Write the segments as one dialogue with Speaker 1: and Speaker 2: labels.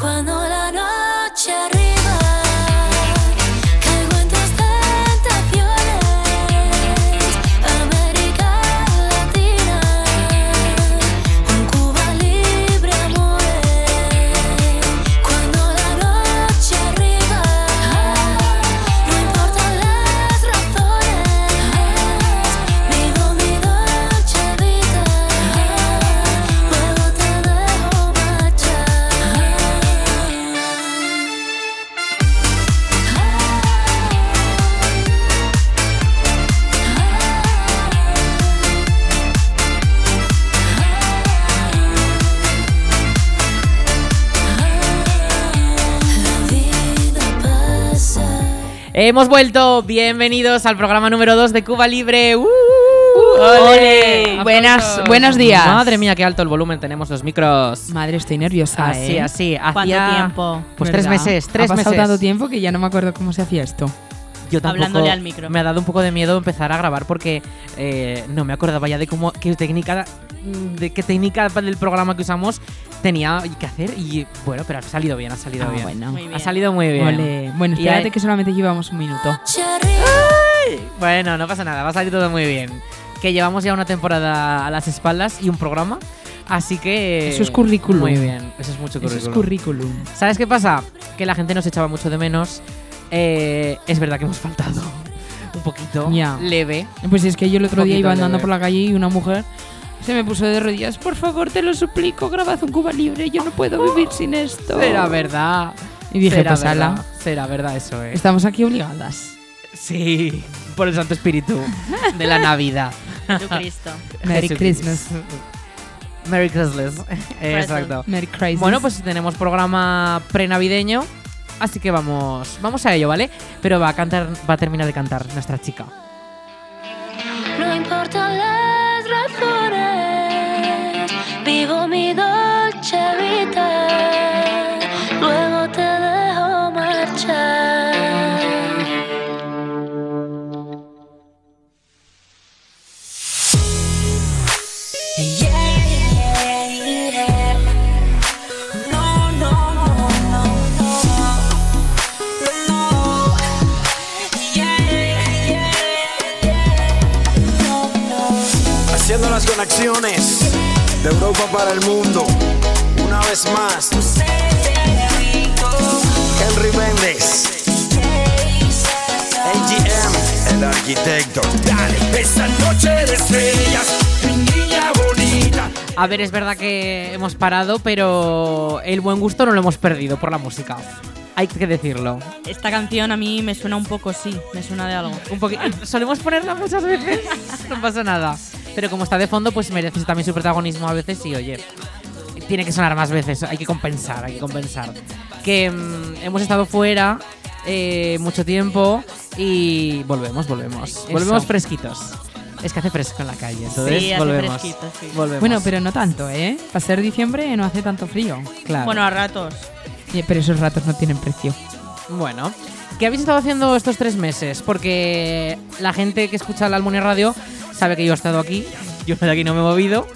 Speaker 1: cuando la noche arriba. Caigo en tus tentaciones, América Latina, un Cuba libre amor. Cuando la noche arriba, no importan las razones, vivo mi noche vida, luego te dejo marchar.
Speaker 2: Hemos vuelto, bienvenidos al programa número 2 de Cuba Libre. ¡Uh!
Speaker 3: ¡Ole!
Speaker 2: Aplausos.
Speaker 3: Buenas- buenos días.
Speaker 2: Madre mía, qué alto el volumen tenemos los micros.
Speaker 3: Madre, estoy nerviosa.
Speaker 2: Así,
Speaker 3: ¿eh?
Speaker 2: así.
Speaker 4: ¿Cuánto
Speaker 2: hacía-
Speaker 4: tiempo?
Speaker 2: Pues tres
Speaker 3: ¿Verdad?
Speaker 2: meses, tres
Speaker 3: Ha pasado
Speaker 2: meses.
Speaker 3: tanto tiempo que ya no me acuerdo cómo se hacía esto.
Speaker 2: Yo tampoco-
Speaker 4: Hablándole al micro.
Speaker 2: Me ha dado un poco de miedo empezar a grabar porque eh, no me acordaba ya de cómo qué técnica mm, de qué técnica del programa que usamos tenía que hacer y bueno, pero ha salido bien, ha salido
Speaker 3: Ah,
Speaker 2: bien.
Speaker 3: bueno.
Speaker 4: Muy bien.
Speaker 2: Ha salido muy bien.
Speaker 3: Ole. Bueno,
Speaker 2: Y
Speaker 3: espérate
Speaker 2: ahí-
Speaker 3: que solamente llevamos un minuto.
Speaker 2: Bueno, no pasa nada, va a salir todo muy bien. Que llevamos ya una temporada a las espaldas y un programa, así que...
Speaker 3: Eso es currículum.
Speaker 2: Muy bien, eso es mucho
Speaker 3: Eso
Speaker 2: currículum.
Speaker 3: es currículum.
Speaker 2: ¿Sabes qué pasa? Que la gente nos echaba mucho de menos. Eh, es verdad que hemos faltado un poquito.
Speaker 3: Ya.
Speaker 2: Leve.
Speaker 3: Pues es que yo el otro
Speaker 2: Un
Speaker 3: día
Speaker 2: poquito
Speaker 3: iba
Speaker 2: de
Speaker 3: andando
Speaker 2: ver.
Speaker 3: por la calle y una mujer se me puso de rodillas. Por favor, te lo suplico, grabad un Cuba Libre. Yo no puedo vivir sin esto.
Speaker 2: Oh, Será verdad.
Speaker 3: Y dije,
Speaker 2: Será
Speaker 3: pues, ala.
Speaker 2: verdad. Será verdad eso, ¿eh?
Speaker 3: Estamos aquí obligadas.
Speaker 2: Sí, por el Santo Espíritu de la Navidad.
Speaker 4: Jesucristo.
Speaker 3: Merry
Speaker 2: Jesucristo.
Speaker 3: Christmas.
Speaker 2: Merry Christmas. Exacto.
Speaker 4: Present.
Speaker 3: Merry Christmas.
Speaker 2: Bueno, pues tenemos programa prenavideño, así que vamos, vamos a ello, ¿vale? Pero va a cantar, va a terminar de cantar nuestra chica.
Speaker 1: No importan las razones, vivo mi dolce vita, luego te dejo marchar.
Speaker 5: haciendo las conexiones de Europa para el mundo. Una vez más, Henry Méndez, AGM, el arquitecto. Dale, esa noche de estrellas, mi niña bonita.
Speaker 2: A ver, es verdad que hemos parado, pero el buen gusto no lo hemos perdido por la música. Hay que decirlo.
Speaker 4: Esta canción a mí me suena un poco, sí, me suena de algo.
Speaker 2: Un poqui- Solemos ponerla muchas veces, no pasa nada. Pero como está de fondo, pues merece también su protagonismo a veces y oye, tiene que sonar más veces, hay que compensar, hay que compensar. Que mm, hemos estado fuera eh, mucho tiempo y volvemos, volvemos. Volvemos fresquitos. Es que hace fresco en la calle, entonces
Speaker 4: Sí, hace
Speaker 2: volvemos.
Speaker 4: fresquito, sí.
Speaker 2: volvemos.
Speaker 3: Bueno, pero no tanto, ¿eh? Para ser diciembre no hace tanto frío.
Speaker 2: claro.
Speaker 4: Bueno, a ratos.
Speaker 3: Eh, Pero esos ratos no tienen precio.
Speaker 2: Bueno, ¿qué habéis estado haciendo estos tres meses? Porque la gente que escucha la Almunia Radio sabe que yo he estado aquí, yo de aquí no me he movido,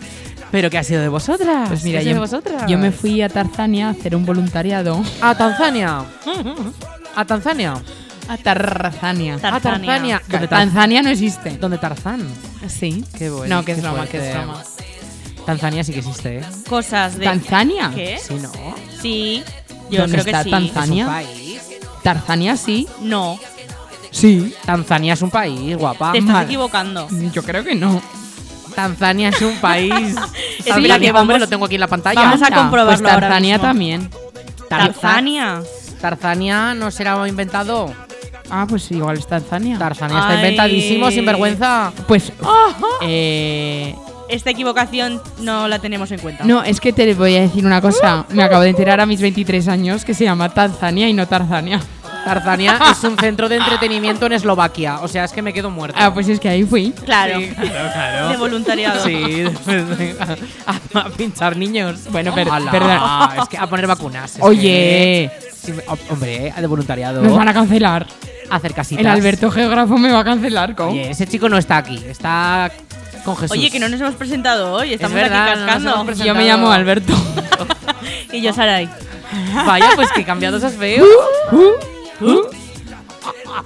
Speaker 2: pero que ha sido de vosotras. em-
Speaker 3: Pues
Speaker 2: ¿Qué
Speaker 3: mira,
Speaker 2: ha sido
Speaker 3: yo,
Speaker 2: de vosotras?
Speaker 3: yo me fui a Tanzania a hacer un voluntariado.
Speaker 2: a Tanzania.
Speaker 3: Mm-hmm.
Speaker 2: A Tanzania.
Speaker 3: A Tanzania.
Speaker 2: A Tanzania.
Speaker 4: Tanzania.
Speaker 2: ¿Dónde, Tar-
Speaker 3: Tanzania no existe.
Speaker 2: dónde Tarzán?
Speaker 3: Sí.
Speaker 2: Qué bueno,
Speaker 3: No, que
Speaker 2: qué
Speaker 3: es broma, que es
Speaker 2: fuerte.
Speaker 3: broma.
Speaker 2: Tanzania sí que existe, ¿eh?
Speaker 4: Cosas de.
Speaker 3: ¿Tanzania?
Speaker 4: ¿Qué?
Speaker 2: Sí, ¿no?
Speaker 4: Sí, yo
Speaker 3: ¿Dónde
Speaker 4: creo que
Speaker 3: está
Speaker 4: sí.
Speaker 3: Tanzania?
Speaker 2: ¿Es un país?
Speaker 3: ¿Tanzania sí?
Speaker 4: No,
Speaker 3: Sí.
Speaker 2: Tanzania es un país, guapa.
Speaker 4: te estás
Speaker 2: Mal.
Speaker 4: equivocando.
Speaker 3: Yo creo que no.
Speaker 2: Tanzania es un país.
Speaker 4: Es
Speaker 2: Mira,
Speaker 4: verdad
Speaker 2: mi
Speaker 4: que
Speaker 2: nombre
Speaker 4: vamos-
Speaker 2: lo tengo aquí en la pantalla.
Speaker 4: Vamos a
Speaker 3: Anda,
Speaker 4: comprobarlo
Speaker 3: Pues
Speaker 4: ahora
Speaker 3: Tanzania
Speaker 4: mismo.
Speaker 3: también.
Speaker 2: Tarza-
Speaker 4: Tanzania.
Speaker 2: Tarzania no será inventado.
Speaker 3: Ah, pues igual es Tanzania.
Speaker 2: Tarzania está
Speaker 4: Ay.
Speaker 2: inventadísimo, sin vergüenza.
Speaker 3: pues. eh,
Speaker 4: Esta equivocación no la tenemos en cuenta.
Speaker 3: no, es que te voy a decir una cosa. Me acabo de enterar a mis 23 años que se llama Tanzania y no Tarzania.
Speaker 2: Tarzania es un centro de entretenimiento en Eslovaquia. O sea, es que me quedo muerto.
Speaker 3: Ah, pues es que ahí fui.
Speaker 4: Claro.
Speaker 2: claro, claro.
Speaker 4: De voluntariado.
Speaker 2: Sí, a, a pinchar niños.
Speaker 3: Bueno, per-
Speaker 2: Ala,
Speaker 3: perdón.
Speaker 2: Es que a poner vacunas. es
Speaker 3: Oye.
Speaker 2: que- Sí, ho- hombre, de voluntariado.
Speaker 3: Nos van a cancelar.
Speaker 2: hacer casitas.
Speaker 3: El Alberto Geógrafo me va a cancelar, con.
Speaker 2: Oye, ese chico no está aquí. Está con Jesús.
Speaker 4: Oye, que no nos hemos presentado hoy. Estamos
Speaker 2: verdad, no
Speaker 4: aquí
Speaker 2: nos
Speaker 4: cascando.
Speaker 2: hemos presentado.
Speaker 3: Yo me llamo Alberto.
Speaker 4: y yo Sarai.
Speaker 2: Vaya, pues que cambiados es feo.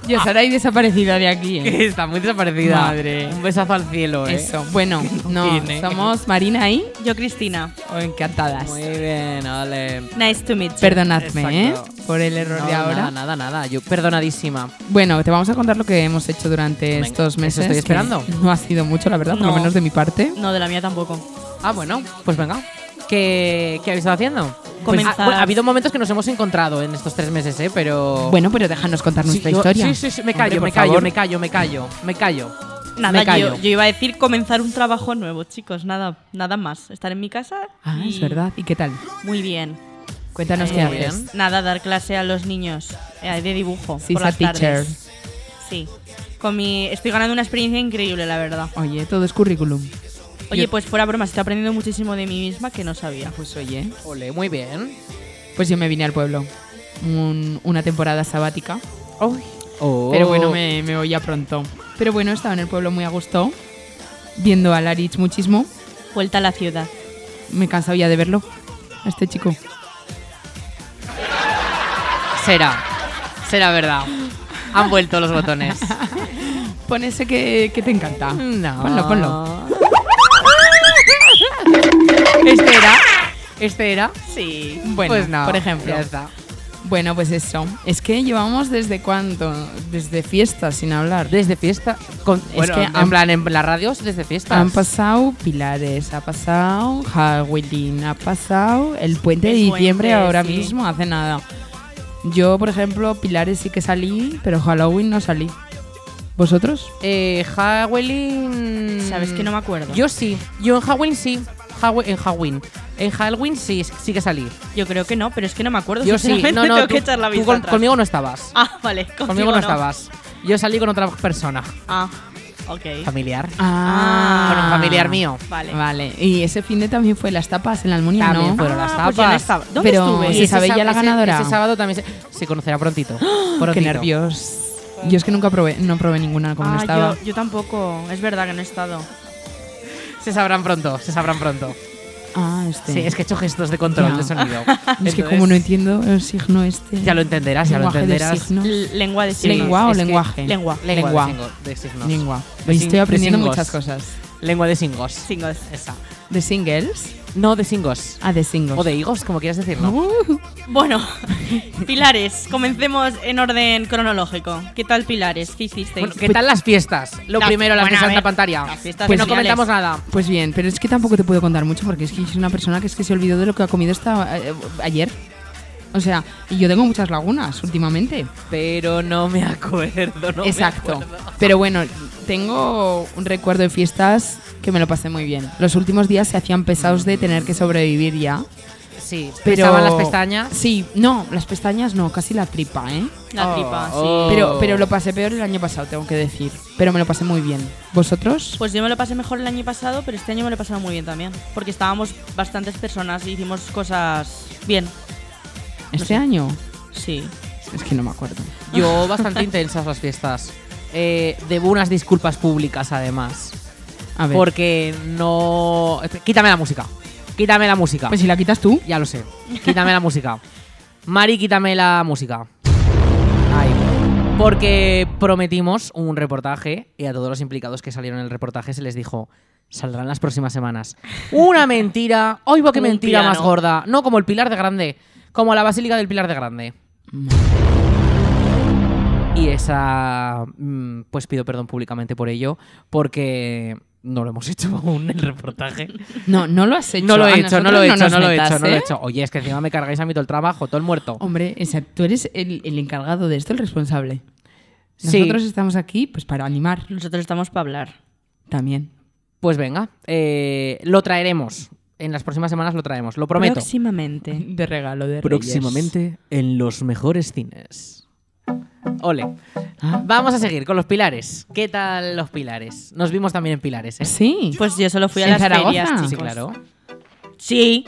Speaker 3: Yo estaré ahí desaparecida de aquí, ¿eh?
Speaker 2: está muy desaparecida.
Speaker 3: Madre.
Speaker 2: Un besazo al cielo, eh.
Speaker 3: Eso. Bueno, no,
Speaker 2: Tiene.
Speaker 3: somos Marina y
Speaker 4: Yo Cristina.
Speaker 3: encantadas.
Speaker 2: Muy bien, ole.
Speaker 4: Nice to meet you.
Speaker 3: Perdonadme,
Speaker 2: Exacto.
Speaker 3: ¿eh? Por el error
Speaker 2: No,
Speaker 3: de ahora.
Speaker 2: Nada, nada, nada. Yo perdonadísima.
Speaker 3: Bueno, te vamos a contar lo que hemos hecho durante
Speaker 2: Venga,
Speaker 3: estos
Speaker 2: eso
Speaker 3: meses.
Speaker 2: estoy
Speaker 3: que
Speaker 2: esperando.
Speaker 3: No ha sido mucho, la verdad, por lo
Speaker 4: No.
Speaker 3: menos de mi parte.
Speaker 4: No, de la mía tampoco.
Speaker 2: Ah, bueno, pues venga. ¿Qué, qué habéis estado haciendo? Pues,
Speaker 4: Comenzar.
Speaker 2: ah, bueno, ha habido momentos que nos hemos encontrado en estos tres meses, ¿eh? Pero.
Speaker 3: Bueno, pero déjanos contar
Speaker 2: Sí,
Speaker 3: nuestra
Speaker 2: yo-
Speaker 3: historia.
Speaker 2: Sí, sí, sí, me callo,
Speaker 3: Hombre,
Speaker 2: me
Speaker 3: por
Speaker 2: callo,
Speaker 3: favor.
Speaker 2: me callo, me callo, me callo. Me
Speaker 4: Nada,
Speaker 2: callo.
Speaker 4: yo, yo iba a decir comenzar un trabajo nuevo, chicos. Nada, nada más. Estar en mi casa.
Speaker 3: Ah,
Speaker 4: y-
Speaker 3: es verdad. ¿Y qué tal?
Speaker 4: Muy bien.
Speaker 3: Cuéntanos
Speaker 2: Eh,
Speaker 3: qué
Speaker 2: muy
Speaker 3: haces.
Speaker 2: bien.
Speaker 4: Nada, dar clase a los niños eh, de dibujo
Speaker 3: Sí,
Speaker 4: por
Speaker 3: esa
Speaker 4: las
Speaker 3: teacher.
Speaker 4: tardes. Sí. Con mi, estoy ganando una experiencia increíble, la verdad.
Speaker 3: Oye, todo es currículum.
Speaker 4: Oye,
Speaker 3: Yo-
Speaker 4: pues fuera broma, estoy aprendiendo muchísimo de mí misma que no sabía.
Speaker 3: Pues oye.
Speaker 2: Ole, muy bien.
Speaker 3: Pues yo me vine al pueblo. Un- una temporada sabática.
Speaker 2: Oh.
Speaker 3: Pero bueno, me, me voy ya pronto. Pero bueno, estaba en el pueblo muy a gusto. Viendo a Larich muchísimo.
Speaker 4: Vuelta a la ciudad.
Speaker 3: Me he cansado ya de verlo. A este chico.
Speaker 2: Será. Será verdad. Han vuelto los botones.
Speaker 3: Pon ese que, que te encanta.
Speaker 2: No.
Speaker 3: Ponlo, ponlo.
Speaker 2: Este era. Este era.
Speaker 4: Sí.
Speaker 3: Bueno,
Speaker 2: pues no.
Speaker 3: por ejemplo.
Speaker 2: Ya está.
Speaker 3: Bueno, pues eso. Es que llevamos desde cuánto? Desde fiestas sin hablar.
Speaker 2: Desde fiesta.
Speaker 3: Bueno,
Speaker 2: es que
Speaker 3: en
Speaker 2: en plan, en la radio es desde fiestas.
Speaker 3: Han pasado Pilares, ha pasado Halloween, ha pasado el puente de
Speaker 4: El
Speaker 3: diciembre
Speaker 4: puente,
Speaker 3: ahora
Speaker 4: sí.
Speaker 3: mismo, hace nada. Yo, por ejemplo, Pilares sí que salí, pero Halloween no salí. ¿Vosotros?
Speaker 2: Eh, Halloween.
Speaker 4: Mm, Sabes que no me acuerdo.
Speaker 2: Yo sí. Yo en Halloween sí. Hallow- en Halloween. En Halloween sí, sí que salí.
Speaker 4: Yo creo que no, pero es que no me acuerdo.
Speaker 2: Yo sí.
Speaker 4: sinceramente,
Speaker 2: No, no,
Speaker 4: tengo
Speaker 2: tú-
Speaker 4: que echar la
Speaker 2: tú
Speaker 4: vista
Speaker 2: con-
Speaker 4: atrás.
Speaker 2: conmigo no estabas.
Speaker 4: Ah, vale. Contigo
Speaker 2: Conmigo no estabas. Yo salí con otra persona.
Speaker 4: Ah, ok.
Speaker 2: Familiar.
Speaker 4: Ah.
Speaker 2: Con un familiar mío.
Speaker 4: Vale.
Speaker 3: Vale. Y ese fin de también fue las tapas en la Almunia,
Speaker 2: También
Speaker 3: ¿no?
Speaker 2: fueron
Speaker 4: Ah,
Speaker 2: las tapas.
Speaker 4: pues
Speaker 2: Pues
Speaker 4: yo no estaba. ¿Dónde
Speaker 3: Pero
Speaker 4: estuve?
Speaker 3: se
Speaker 2: ese
Speaker 3: sabe ya
Speaker 2: sá-
Speaker 3: la
Speaker 2: ese-
Speaker 3: ganadora.
Speaker 2: Ese sábado también se, se conocerá prontito.
Speaker 3: Qué
Speaker 2: Prontito.
Speaker 3: nervios. Yo es que nunca probé, no probé ninguna como
Speaker 4: Ah,
Speaker 3: no estaba.
Speaker 4: yo, yo tampoco. Es verdad que no he estado.
Speaker 2: Se sabrán pronto, se sabrán pronto.
Speaker 3: Ah, este.
Speaker 2: Sí, es que he hecho gestos de control
Speaker 3: Ya.
Speaker 2: de sonido.
Speaker 3: Es que
Speaker 2: Entonces,
Speaker 3: como no entiendo el signo este.
Speaker 2: Ya lo entenderás, ya lo
Speaker 3: lenguaje de
Speaker 2: entenderás.
Speaker 3: signos.
Speaker 4: L- lengua de
Speaker 2: Sí,
Speaker 4: signos.
Speaker 3: Lengua o
Speaker 2: es que-
Speaker 3: lenguaje.
Speaker 4: Lengua.
Speaker 2: Lengua.
Speaker 3: Lengua.
Speaker 2: de singo- De signos.
Speaker 3: Lengua. Pues
Speaker 2: De sing-
Speaker 3: Estoy aprendiendo
Speaker 2: de singos.
Speaker 3: muchas cosas.
Speaker 2: Lengua de singos.
Speaker 4: Singles.
Speaker 2: Esa.
Speaker 3: ¿De singles?
Speaker 2: No, de singos.
Speaker 3: Ah, de singles.
Speaker 2: O de higos, como quieras decirlo.
Speaker 3: Uh,
Speaker 4: Bueno, Pilares, comencemos en orden cronológico. ¿Qué tal Pilares? ¿Qué hicisteis?
Speaker 2: Bueno, ¿qué tal las fiestas? Lo
Speaker 4: Las-
Speaker 2: primero, las
Speaker 4: bueno,
Speaker 2: de
Speaker 4: a
Speaker 2: Santa
Speaker 4: ver,
Speaker 2: Pantaria.
Speaker 4: las fiestas
Speaker 2: pues no
Speaker 4: sociales.
Speaker 2: comentamos nada.
Speaker 3: Pues bien, pero es que tampoco te puedo contar mucho porque es que yo soy una persona que es que se olvidó de lo que ha comido esta, eh, ayer. O sea, y yo tengo muchas lagunas últimamente.
Speaker 2: Pero no me acuerdo, no me
Speaker 3: Exacto.
Speaker 2: acuerdo.
Speaker 3: Pero bueno, tengo un recuerdo de fiestas que me lo pasé muy bien. Los últimos días se hacían pesados de tener que sobrevivir ya.
Speaker 2: Sí,
Speaker 3: Pero...
Speaker 2: pesaban las pestañas.
Speaker 3: Sí, no, las pestañas no, casi la tripa, ¿eh?
Speaker 4: La
Speaker 2: Oh,
Speaker 4: tripa,
Speaker 2: oh.
Speaker 4: sí.
Speaker 3: Pero, pero lo pasé peor el año pasado, tengo que decir. Pero me lo pasé muy bien. ¿Vosotros?
Speaker 4: Pues yo me lo pasé mejor el año pasado, pero este año me lo he pasado muy bien también. Porque estábamos bastantes personas y hicimos cosas bien.
Speaker 3: ¿Este año?
Speaker 4: Sí.
Speaker 3: Es que no me acuerdo.
Speaker 2: Yo bastante intensas las fiestas. Eh, debo unas disculpas públicas, además.
Speaker 3: A ver.
Speaker 2: Porque no... Quítame la música. Quítame la música.
Speaker 3: Pues si la quitas tú.
Speaker 2: Ya lo sé. Quítame la música. Mari, quítame la música. Ahí. Porque prometimos un reportaje y a todos los implicados que salieron en el reportaje se les dijo, saldrán las próximas semanas. Una mentira. ¡Ay, va qué
Speaker 4: Un
Speaker 2: mentira más
Speaker 4: piano.
Speaker 2: gorda! No como el Pilar de Grande, como la Basílica del Pilar de Grande. Y esa, mm, pues pido perdón públicamente por ello, porque no lo hemos hecho aún el reportaje.
Speaker 3: No, no lo has hecho.
Speaker 2: No lo
Speaker 3: A
Speaker 2: he hecho, no
Speaker 3: nosotros
Speaker 2: lo he hecho,
Speaker 3: nos
Speaker 2: no lo he
Speaker 3: metas,
Speaker 2: hecho, no lo
Speaker 3: ¿eh? Oh.
Speaker 2: he hecho. Oye, es que encima me cargáis a mí todo el trabajo, todo el muerto.
Speaker 3: Hombre, esa- tú eres el, el encargado de esto, el responsable.
Speaker 2: Sí.
Speaker 3: Nosotros estamos aquí pues para animar
Speaker 4: Nosotros estamos para hablar.
Speaker 3: también.
Speaker 2: Pues venga, eh, lo traeremos. En las próximas semanas lo traemos, lo prometo.
Speaker 4: Próximamente.
Speaker 3: De regalo de Reyes.
Speaker 2: en los mejores cines. Ole.
Speaker 3: Ah.
Speaker 2: Vamos a seguir con los pilares. ¿Qué tal los pilares? Nos vimos también en pilares. ¿eh?
Speaker 3: Ah, Sí.
Speaker 4: Pues yo solo fui a
Speaker 3: ¿En
Speaker 4: las
Speaker 3: Zaragoza?
Speaker 4: ferias,
Speaker 2: Sí,
Speaker 4: chicos.
Speaker 2: claro.
Speaker 4: Sí,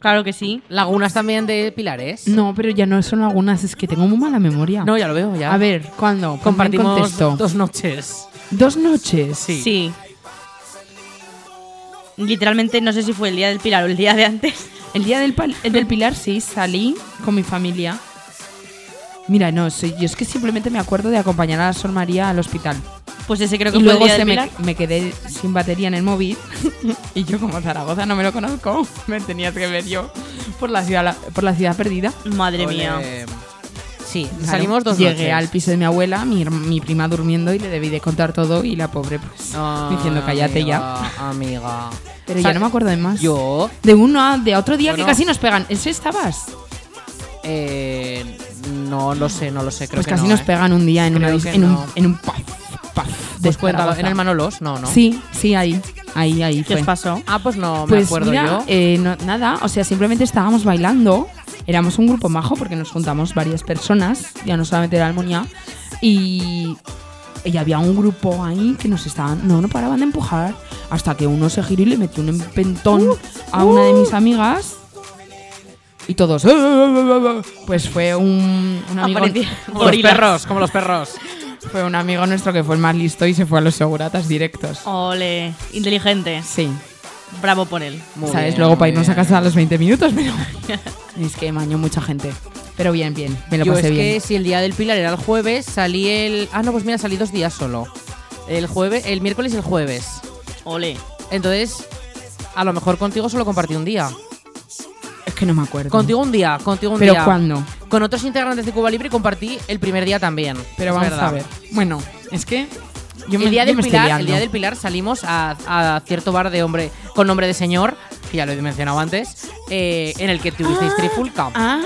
Speaker 4: claro que sí.
Speaker 2: Lagunas también de pilares.
Speaker 3: No, pero ya no son algunas, es que tengo muy mala memoria.
Speaker 2: No, ya lo veo, ya.
Speaker 3: A ver, ¿cuándo? Ponme en
Speaker 2: compartimos
Speaker 3: contexto.
Speaker 2: dos noches.
Speaker 3: Dos noches.
Speaker 2: Sí.
Speaker 4: Literalmente no sé si fue el día del Pilar o el día de antes.
Speaker 3: El día del, pal- el del Pilar, sí, salí con mi familia. Mira, no, soy- yo es que simplemente me acuerdo de acompañar a Sor María al hospital.
Speaker 4: Pues ese creo que
Speaker 3: Y
Speaker 4: fue el
Speaker 3: luego
Speaker 4: día
Speaker 3: se
Speaker 4: del
Speaker 3: me,
Speaker 4: Pilar.
Speaker 3: me quedé sin batería en el móvil. y yo, como Zaragoza no me lo conozco, me tenías que ver yo por la ciudad, por la ciudad perdida.
Speaker 4: Madre
Speaker 2: Ole.
Speaker 4: mía.
Speaker 2: Sí,
Speaker 3: Claro,
Speaker 2: salimos dos
Speaker 3: Llegué
Speaker 2: noches.
Speaker 3: al piso de mi abuela, mi, herm- mi prima durmiendo y le debí de contar todo y la pobre pues
Speaker 2: Ah,
Speaker 3: diciendo cállate ya.
Speaker 2: Amiga. amiga".
Speaker 3: Pero
Speaker 2: O sea,
Speaker 3: ya no me acuerdo de más.
Speaker 2: Yo,
Speaker 3: De uno a de otro día
Speaker 2: Yo
Speaker 3: que
Speaker 2: no.
Speaker 3: casi nos pegan. ¿Ese estabas?
Speaker 2: eh, no lo sé, no lo sé. Creo
Speaker 3: pues
Speaker 2: que
Speaker 3: casi
Speaker 2: no,
Speaker 3: nos
Speaker 2: ¿eh?
Speaker 3: pegan un día en,
Speaker 2: Creo
Speaker 3: una-
Speaker 2: que
Speaker 3: en
Speaker 2: no.
Speaker 3: un, en un puff, puff de
Speaker 2: Pues cuéntalo,
Speaker 3: Zaragoza.
Speaker 2: en el Manolos, no, ¿no?
Speaker 3: Sí, sí, ahí. Ahí, ahí
Speaker 4: ¿Qué
Speaker 3: fue.
Speaker 4: os pasó?
Speaker 2: Ah, pues no me
Speaker 3: Pues
Speaker 2: acuerdo
Speaker 3: mira,
Speaker 2: yo.
Speaker 3: eh, no- nada, o sea, simplemente estábamos bailando. Éramos un grupo majo porque nos juntamos varias personas, ya no solamente era Almonía. Y, y había un grupo ahí que nos estaban, no, no paraban de empujar hasta que uno se giró y le metió un pentón
Speaker 2: Uh,
Speaker 3: a una de mis amigas. Y todos, "Eh, eh, eh, eh, eh". pues fue un, un amigo, pues
Speaker 4: Aparecía-
Speaker 2: como los
Speaker 4: Gorilas.
Speaker 2: perros, como los perros.
Speaker 3: fue un amigo nuestro que fue el más listo y se fue a los seguratas directos.
Speaker 2: Oh.
Speaker 4: Ole, inteligente.
Speaker 3: Sí,
Speaker 4: Bravo por él.
Speaker 2: Muy
Speaker 3: ¿Sabes?
Speaker 2: bien,
Speaker 3: Luego para
Speaker 2: muy
Speaker 3: irnos a
Speaker 2: bien.
Speaker 3: casa a los 20 minutos, pero. es que maño mucha gente. Pero bien, bien, me lo
Speaker 2: Yo
Speaker 3: pasé
Speaker 2: es
Speaker 3: bien.
Speaker 2: que si el día del Pilar era el jueves, salí el. Ah, no, pues mira, salí dos días solo. El jueves, el miércoles y el jueves.
Speaker 4: Ole.
Speaker 2: Entonces, a lo mejor contigo solo compartí un día.
Speaker 3: Es que no me acuerdo.
Speaker 2: Contigo un día, contigo un
Speaker 3: pero
Speaker 2: día.
Speaker 3: cuándo?
Speaker 2: Con otros integrantes de Cuba Libre compartí el primer día también.
Speaker 3: Pero
Speaker 2: es
Speaker 3: vamos
Speaker 2: verdad.
Speaker 3: a ver. Bueno, es que. Yo me,
Speaker 2: el, día
Speaker 3: yo
Speaker 2: del
Speaker 3: me estoy
Speaker 2: Pilar, el
Speaker 3: liando.
Speaker 2: día del Pilar salimos a, a cierto bar de hombre con nombre de señor, que ya lo he mencionado antes, eh, en el que tuvisteis trifulca.
Speaker 3: Ah,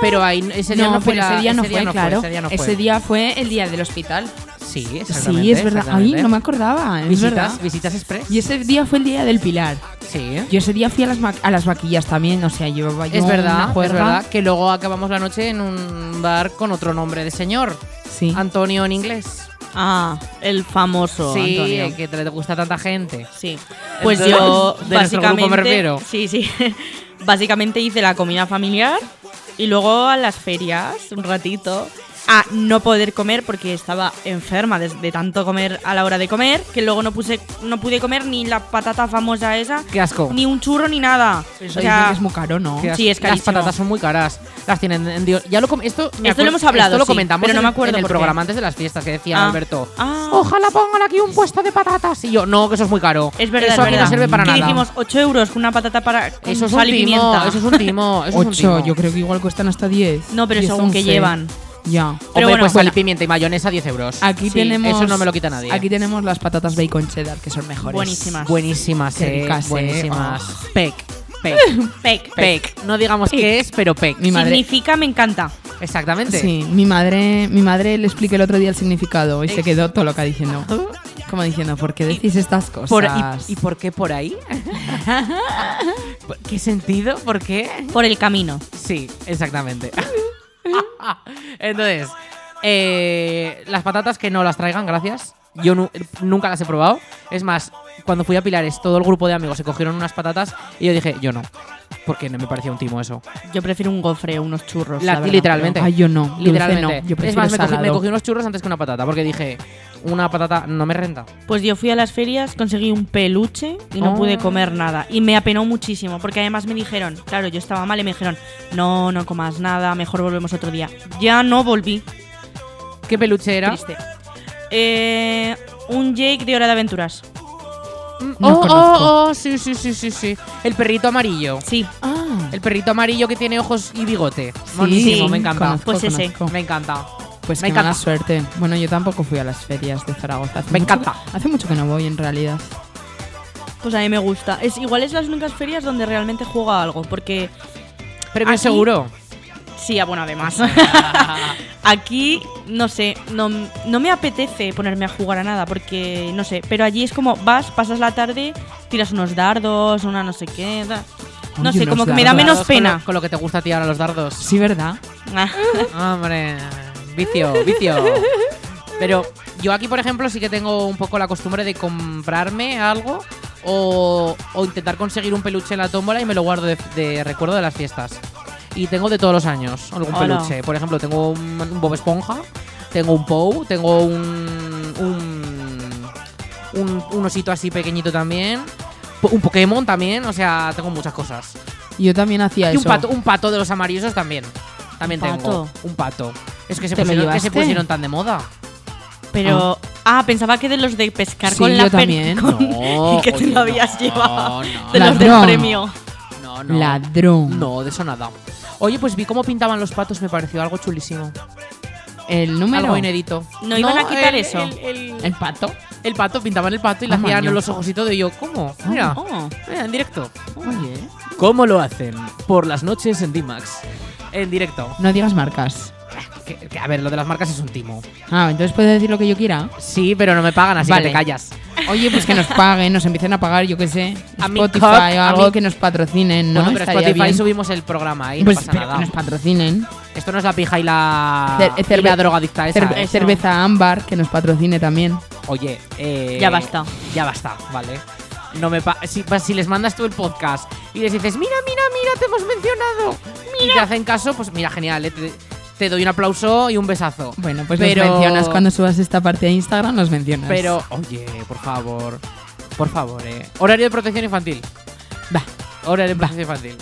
Speaker 2: Pero ahí ese día no, fue.
Speaker 3: pero
Speaker 2: la-
Speaker 3: ese día no fue, claro.
Speaker 2: ese día no
Speaker 3: Ese
Speaker 2: ah, fue.
Speaker 3: día fue el día del hospital.
Speaker 2: Sí, exactamente.
Speaker 3: Sí, es verdad. Ay,
Speaker 2: exactamente.
Speaker 3: no me acordaba. Es
Speaker 2: Visitas,
Speaker 3: verdad.
Speaker 2: visitas express.
Speaker 3: Y ese día fue el día del Pilar.
Speaker 2: Sí.
Speaker 3: Yo ese día fui a las, ma- a las vaquillas también, o sea, llevaba yo
Speaker 2: Es verdad,
Speaker 3: una
Speaker 2: es
Speaker 3: juerga.
Speaker 2: verdad que luego acabamos la noche en un bar con otro nombre de señor,
Speaker 3: Sí. Oh,
Speaker 2: Antonio en inglés.
Speaker 4: Ah, el famoso
Speaker 2: sí,
Speaker 4: Antonio.
Speaker 2: que te le gusta a tanta gente.
Speaker 4: Sí. Pues
Speaker 2: Entonces,
Speaker 4: yo
Speaker 2: de nuestro grupo
Speaker 4: básicamente
Speaker 2: me refiero.
Speaker 4: Sí, sí. Básicamente hice la comida familiar y luego a las ferias un ratito a no poder comer porque estaba enferma de, de tanto comer a la hora de comer, que luego no puse no pude comer ni la patata famosa esa,
Speaker 2: Qué asco.
Speaker 4: ni un churro ni nada.
Speaker 3: Eso
Speaker 4: o
Speaker 3: dicen
Speaker 4: sea,
Speaker 3: que es muy caro, ¿no?
Speaker 2: Qué
Speaker 4: Sí, es
Speaker 2: Las
Speaker 4: carísimo.
Speaker 2: patatas son muy caras. Las tienen en Dios. Ya lo com- esto, me
Speaker 4: Esto lo
Speaker 2: acuer-
Speaker 4: hemos hablado,
Speaker 2: Esto lo
Speaker 4: sí,
Speaker 2: comentamos
Speaker 4: pero no
Speaker 2: en-
Speaker 4: me acuerdo
Speaker 2: en el
Speaker 4: por qué.
Speaker 2: programa antes de las fiestas que decía
Speaker 4: Ah.
Speaker 2: Alberto.
Speaker 4: Ah.
Speaker 2: Ojalá pongan aquí un puesto de patatas. Y yo, no, que eso es muy caro.
Speaker 4: es verdad,
Speaker 2: Eso
Speaker 4: es
Speaker 2: aquí
Speaker 4: verdad.
Speaker 2: no sirve para
Speaker 4: ¿Qué
Speaker 2: nada.
Speaker 4: dijimos 8 euros con una patata para con
Speaker 2: eso es un
Speaker 4: sal y
Speaker 2: timo.
Speaker 4: pimienta.
Speaker 2: Eso es un timo. Eso es un
Speaker 3: 8,
Speaker 2: timo.
Speaker 3: yo creo que igual cuestan hasta 10.
Speaker 4: No, pero
Speaker 3: 10,
Speaker 4: según que
Speaker 3: 11.
Speaker 4: llevan.
Speaker 3: Ya.
Speaker 4: Pero
Speaker 2: Hombre,
Speaker 4: bueno,
Speaker 2: pues sal y
Speaker 4: bueno.
Speaker 2: pimienta y mayonesa 10 euros.
Speaker 3: Aquí
Speaker 4: Sí,
Speaker 3: tenemos
Speaker 2: eso no me lo quita nadie.
Speaker 3: Aquí tenemos las patatas bacon cheddar que son mejores.
Speaker 4: Buenísimas.
Speaker 2: Buenísimas,
Speaker 3: Qué
Speaker 2: eh,
Speaker 3: ricas, eh.
Speaker 2: buenísimas. Pec, pec,
Speaker 4: Pec.
Speaker 2: pec. No digamos qué es, pero pec.
Speaker 3: Mi madre.
Speaker 4: Significa me encanta.
Speaker 2: Exactamente.
Speaker 3: Sí, mi madre, mi madre le expliqué el otro día el significado y se quedó todo loca diciendo, como diciendo, ¿por qué decís estas cosas?
Speaker 2: Por- y, y por qué por ahí? ¿Qué sentido? ¿Por qué?
Speaker 4: Por el camino.
Speaker 2: Sí, exactamente. Entonces, eh, las patatas que no las traigan, gracias. Yo nu- nunca las he probado. Es más, cuando fui a Pilares, todo el grupo de amigos se cogieron unas patatas y yo dije, yo no. Porque no me parecía un timo eso.
Speaker 4: Yo prefiero un gofre, unos churros.
Speaker 2: La-
Speaker 4: la verdad,
Speaker 2: literalmente.
Speaker 3: Pues Ay, yo no, dulce
Speaker 2: Literalmente.
Speaker 3: no, yo
Speaker 2: es
Speaker 3: prefiero
Speaker 2: más, me cogí,
Speaker 3: salado.
Speaker 2: me cogí unos churros antes que una patata, porque dije, una patata no me renta.
Speaker 4: pero- Pues yo fui a las ferias, conseguí un peluche y no
Speaker 2: Oh.
Speaker 4: pude comer nada. Y me apenó muchísimo, porque además me dijeron, claro, yo estaba mal y me dijeron, no, no comas nada, mejor volvemos otro día. Ya no volví.
Speaker 2: ¿Qué peluche era?
Speaker 4: Triste. Eh, un Jake de Hora de Aventuras.
Speaker 2: Mm,
Speaker 3: No
Speaker 2: oh,
Speaker 3: conozco.
Speaker 2: oh, oh, sí, sí, sí, sí, sí. El perrito amarillo.
Speaker 4: Sí,
Speaker 3: Ah,
Speaker 2: El perrito amarillo que tiene ojos y bigote.
Speaker 3: sí,
Speaker 2: Monísimo, me encanta.
Speaker 3: conozco,
Speaker 4: Pues ese.
Speaker 3: conozco.
Speaker 2: Me encanta.
Speaker 3: Pues
Speaker 2: Me
Speaker 3: me qué mala
Speaker 2: encanta.
Speaker 3: suerte. Bueno, yo tampoco fui a las ferias de Zaragoza. Hace
Speaker 2: Me
Speaker 3: mucho-
Speaker 2: encanta.
Speaker 3: Hace mucho que no voy, en realidad.
Speaker 4: pues a mí me gusta. Es, igual es las únicas ferias donde realmente juego a algo, porque
Speaker 2: Premio
Speaker 4: Aquí-
Speaker 2: seguro.
Speaker 4: Sí, ah, bueno, además. Aquí, no sé, no, no me apetece ponerme a jugar a nada porque, no sé, pero allí es como vas, pasas la tarde, tiras unos dardos, una no sé qué. da- No
Speaker 3: Oye,
Speaker 4: sé,
Speaker 3: unos
Speaker 4: como que me da
Speaker 3: dardos
Speaker 4: menos Ah,
Speaker 2: Dardos con lo-
Speaker 4: pena.
Speaker 2: Con lo, que te gusta tirar a los dardos.
Speaker 3: Sí, ¿verdad?
Speaker 4: Ah,
Speaker 2: Hombre. vicio, vicio. Pero yo aquí, por ejemplo, sí que tengo un poco la costumbre de comprarme algo o, o intentar conseguir un peluche en la tómbola y me lo guardo de, de recuerdo de las fiestas. Y tengo de todos los años algún
Speaker 4: Hola.
Speaker 2: peluche. Por ejemplo, tengo un, un Bob Esponja, tengo un Pou, tengo un, un, un, un osito así pequeñito también, po- un Pokémon también, o sea, tengo muchas cosas.
Speaker 3: Yo también hacía
Speaker 2: Y
Speaker 3: eso.
Speaker 2: un pato, un pato de los amarillos también. También
Speaker 4: ¿Un
Speaker 2: tengo.
Speaker 4: pato?
Speaker 2: Un pato. Es que se,
Speaker 3: ¿Te lo
Speaker 2: pusieron, que se
Speaker 3: llevaste?
Speaker 2: pusieron tan de moda.
Speaker 4: Pero. Ah, pensaba que de los de pescar
Speaker 3: Sí,
Speaker 4: con la
Speaker 3: yo
Speaker 4: per-
Speaker 3: también.
Speaker 4: con-
Speaker 2: No,
Speaker 4: y que te
Speaker 2: oye,
Speaker 4: lo habías
Speaker 2: no,
Speaker 4: llevado.
Speaker 2: no.
Speaker 4: de los del
Speaker 3: Ladrón.
Speaker 4: premio.
Speaker 2: No, no.
Speaker 3: Ladrón.
Speaker 2: No, de eso nada. Oye, pues vi cómo pintaban los patos, me pareció algo chulísimo.
Speaker 3: El
Speaker 2: Algo
Speaker 3: número.
Speaker 2: inédito.
Speaker 4: No iban a quitar eso.
Speaker 2: El, el-
Speaker 3: El pato.
Speaker 2: el pato, pintaban el pato y le
Speaker 3: Ah,
Speaker 2: hacían
Speaker 3: maño.
Speaker 2: los ojositos de yo. ¿Cómo? Mira,
Speaker 4: Oh.
Speaker 2: mira, en directo.
Speaker 3: Oye.
Speaker 2: ¿Cómo lo hacen? Por las noches en D-Max. En directo.
Speaker 3: No digas marcas.
Speaker 2: Que- que, a ver, lo de las marcas es un timo.
Speaker 3: Ah, entonces puedes decir lo que yo quiera.
Speaker 2: Sí, pero no me pagan, así
Speaker 3: Vale.
Speaker 2: que te callas.
Speaker 3: Oye, pues que nos paguen, nos empiecen a pagar, yo qué sé.
Speaker 2: A mi
Speaker 3: Spotify
Speaker 2: cop,
Speaker 3: o
Speaker 2: a
Speaker 3: algo
Speaker 2: mi-
Speaker 3: que nos patrocinen, ¿no?
Speaker 2: bueno, pero
Speaker 3: Estaría
Speaker 2: Spotify
Speaker 3: bien.
Speaker 2: subimos el programa ahí,
Speaker 3: Pues
Speaker 2: no pasa
Speaker 3: pero que
Speaker 2: nada.
Speaker 3: nos patrocinen.
Speaker 2: Esto no es la pija y la,
Speaker 3: Cer-
Speaker 2: y
Speaker 3: cerve-
Speaker 2: la drogadicta esa.
Speaker 3: Cerve-
Speaker 2: ¿eh?
Speaker 3: cerveza ámbar, que nos patrocine también.
Speaker 2: Oye, eh,
Speaker 4: Ya basta.
Speaker 2: Ya basta, vale. No me pa- si, pa- si les mandas tú el podcast y les dices, mira, mira, mira, te hemos mencionado. Y te hacen caso, pues mira, genial, eh, te, te doy un aplauso y un besazo.
Speaker 3: Bueno, pues
Speaker 2: pero,
Speaker 3: nos mencionas cuando subas esta parte a Instagram, nos mencionas.
Speaker 2: Pero,
Speaker 3: Pues,
Speaker 2: oye, por favor, por favor, eh. Horario de protección infantil.
Speaker 3: Va.
Speaker 2: Horario de protección infantil.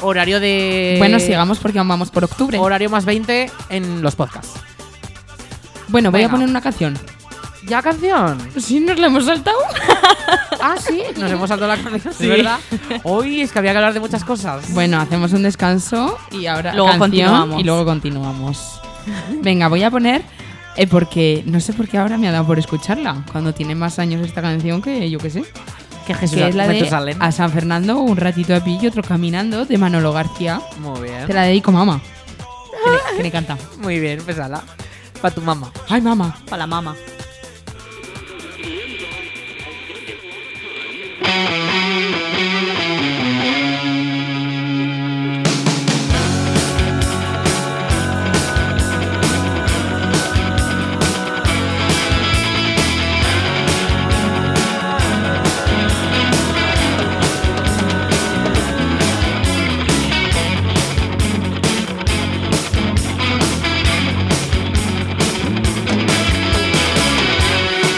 Speaker 2: Horario de.
Speaker 3: Bueno, sigamos porque aún vamos por octubre.
Speaker 2: Horario más 20 en los podcasts.
Speaker 3: Bueno, voy
Speaker 2: venga.
Speaker 3: a poner una canción.
Speaker 2: ¿Ya canción?
Speaker 3: Sí, nos la hemos saltado.
Speaker 2: Ah, sí, nos hemos saltado la canción, es verdad. Hoy es que había que hablar de muchas cosas.
Speaker 3: Bueno, hacemos un descanso y ahora
Speaker 4: Luego
Speaker 3: canción
Speaker 4: continuamos.
Speaker 3: y luego continuamos. Venga, voy a poner eh, porque no sé por qué ahora me ha dado por escucharla cuando tiene más años esta canción que yo qué sé.
Speaker 2: que Jesús,
Speaker 3: que es la de
Speaker 2: Matusalén.
Speaker 3: a San Fernando un ratito a pie y otro caminando de Manolo García.
Speaker 2: Muy bien.
Speaker 3: Te la dedico, mamá. Que le- Que le encanta.
Speaker 2: Muy bien, pesala. Para tu mamá.
Speaker 3: Ay, mamá.
Speaker 4: Para la mama.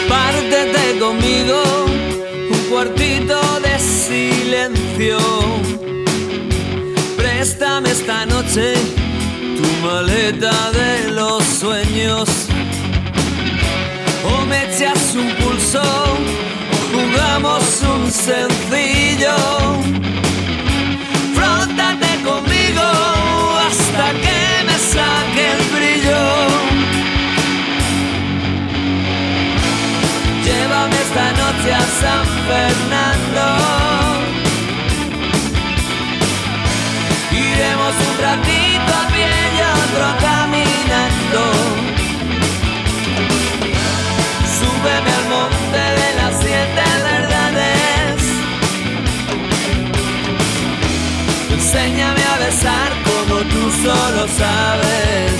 Speaker 6: Pártete conmigo un cuartito de silencio. Préstame esta noche tu maleta de los sueños. O me echas un pulso o jugamos un sencillo. Fróntate conmigo hasta que me saque el brillo. Llévame esta noche a San Fernando. Iremos un ratito a pie y otro caminando. Súbeme al monte de las siete verdades. Enséñame a besar como tú solo sabes.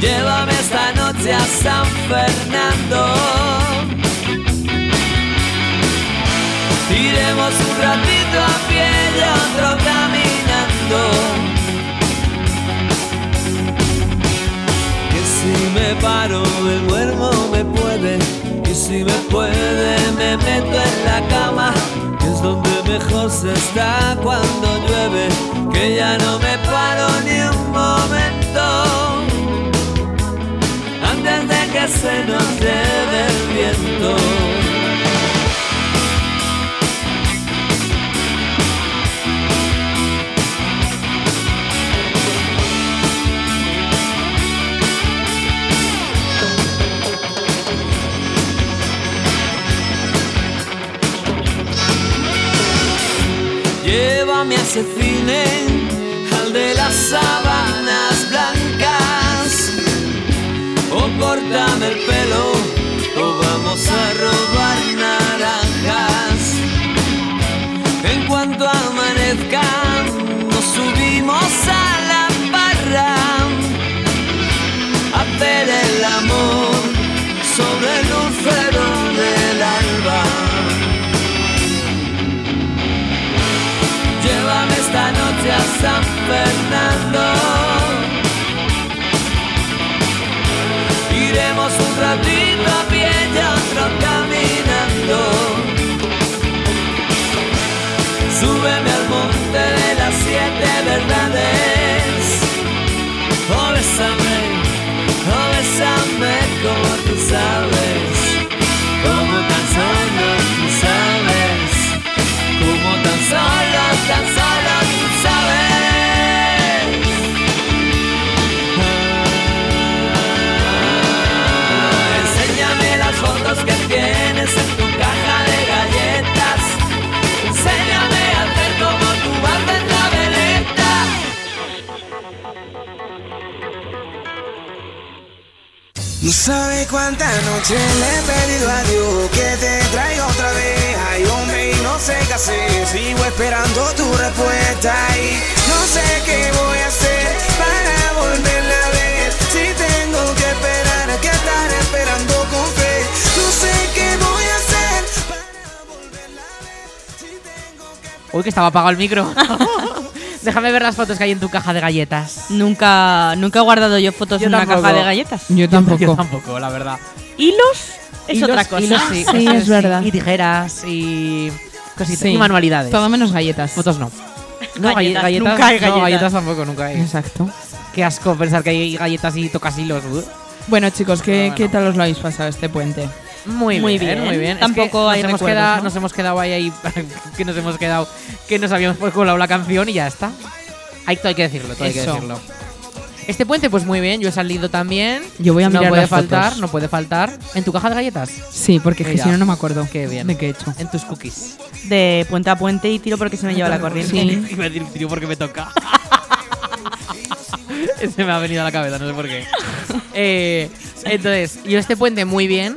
Speaker 6: Llévame esta noche a San Fernando. Iremos un ratito a pie y otro caminando. Que si me paro, me duermo, me puede. Y si me puede, me meto en la cama. Que es donde mejor se está cuando llueve. Que ya no me paro ni un momento antes de que se nos lleve el viento. Llévame a ese cine, al de las sábanas blancas. O córtame el pelo o vamos a robar naranjas. En cuanto amanezca, nos subimos a la parada. San Fernando. Iremos un ratito a pie y otro caminando. Súbeme al monte de las siete verdades. Oh, bésame, oh, bésame como tú sabes. Como tan solo tú sabes. Como tan solo, tan solo tú sabes. Ah, enséñame las fotos que tienes en tu caja de galletas. Enséñame a hacer como tú haces la veleta.
Speaker 7: No sabe cuántas noches le he pedido a Dios que te traiga otra vez. Ay, hombre, y no sé qué hacer. Sigo esperando tu respuesta y no sé qué voy a hacer para volverla a ver. Si tengo que esperar, que estar esperando con fe. No sé qué voy a hacer para volverla a ver. Si tengo que
Speaker 2: Uy, que estaba apagado el micro. Déjame ver las fotos que hay en tu caja de galletas.
Speaker 4: Nunca, nunca he guardado yo fotos
Speaker 2: Yo
Speaker 4: en una
Speaker 2: tampoco.
Speaker 4: caja de galletas.
Speaker 3: Yo
Speaker 2: Yo
Speaker 3: tampoco.
Speaker 2: tampoco, la verdad.
Speaker 4: Hilos es
Speaker 2: Hilos-
Speaker 4: otra cosa.
Speaker 2: hilos
Speaker 3: Sí,
Speaker 2: eso
Speaker 3: es verdad.
Speaker 2: Y tijeras y cositas.
Speaker 3: Sí.
Speaker 2: Y manualidades.
Speaker 3: Todo menos galletas.
Speaker 2: Fotos no. No,
Speaker 4: Galletas,
Speaker 2: galletas, galletas,
Speaker 4: nunca hay
Speaker 2: No,
Speaker 4: galletas.
Speaker 2: galletas tampoco, nunca hay.
Speaker 3: Exacto.
Speaker 2: Qué asco pensar que hay galletas y tocas hilos. uh.
Speaker 3: Bueno, chicos, ¿qué,
Speaker 2: Bueno.
Speaker 3: qué tal os lo habéis pasado este puente?
Speaker 2: Muy,
Speaker 4: Muy
Speaker 2: bien,
Speaker 4: bien.
Speaker 2: muy bien.
Speaker 4: Tampoco
Speaker 2: es que
Speaker 4: hay
Speaker 2: nos hemos,
Speaker 4: recuerdos,
Speaker 2: quedado,
Speaker 4: ¿no?
Speaker 2: nos hemos quedado ahí, ahí que nos hemos quedado, que nos habíamos colado la canción y ya está. Ahí todo hay que decirlo, todo hay que
Speaker 3: Eso.
Speaker 2: decirlo. Este puente, pues muy bien, yo he salido también.
Speaker 3: Yo voy a
Speaker 2: No
Speaker 3: mirar
Speaker 2: puede
Speaker 3: las fotos.
Speaker 2: faltar, no puede faltar. ¿En tu caja de galletas?
Speaker 3: Sí, porque es que
Speaker 2: Mira.
Speaker 3: si no, no me acuerdo
Speaker 2: Qué bien.
Speaker 3: de qué he hecho.
Speaker 2: En tus cookies.
Speaker 4: De puente a puente y tiro porque se me lleva la corriente.
Speaker 3: Sí.
Speaker 2: Iba a decir tío porque me toca. Se me ha venido a la cabeza, no sé por qué. Eh, entonces, yo este puente muy bien.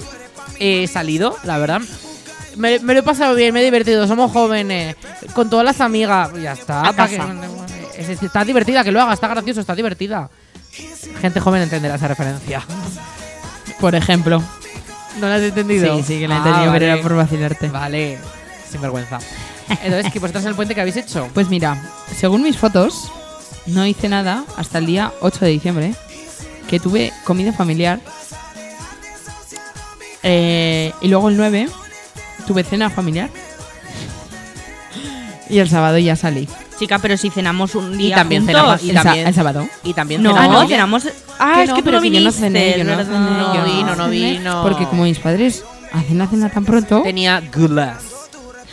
Speaker 2: He salido, la verdad. Me, me lo he pasado bien, me he divertido. Somos jóvenes, con todas las amigas. Ya está.
Speaker 4: A
Speaker 2: pa' que-
Speaker 4: casa.
Speaker 2: es decir, está divertida, que lo haga, está gracioso, está divertida. Gente joven entenderá esa referencia.
Speaker 3: Por ejemplo.
Speaker 2: ¿No la has entendido?
Speaker 3: Sí, sí, que la he
Speaker 2: Ah,
Speaker 3: entendido, pero
Speaker 2: vale.
Speaker 3: era por vacilarte.
Speaker 2: Vale, sin vergüenza. Entonces, ¿qué vosotros en el puente que habéis hecho?
Speaker 3: Pues mira, según mis fotos, no hice nada hasta el día 8 de diciembre, que tuve comida familiar. Eh, y luego el 9 tuve cena familiar. Y el sábado ya salí.
Speaker 4: Chica, pero si cenamos un día
Speaker 2: también
Speaker 4: juntos.
Speaker 2: cenamos- y
Speaker 3: el, sa-
Speaker 2: también-
Speaker 3: el sábado.
Speaker 2: Y también
Speaker 4: No,
Speaker 3: Ah, no.
Speaker 4: cenamos. Ah,
Speaker 3: Que
Speaker 4: es
Speaker 3: no,
Speaker 4: que tú
Speaker 3: pero
Speaker 4: no
Speaker 3: que yo
Speaker 4: viniste.
Speaker 3: no cené, yo no
Speaker 4: ¿verdad?
Speaker 3: cené, yo
Speaker 2: No
Speaker 3: no
Speaker 2: vino, no
Speaker 3: cené,
Speaker 2: vino.
Speaker 3: Porque como mis padres hacen la cena tan pronto,
Speaker 2: tenía gulas.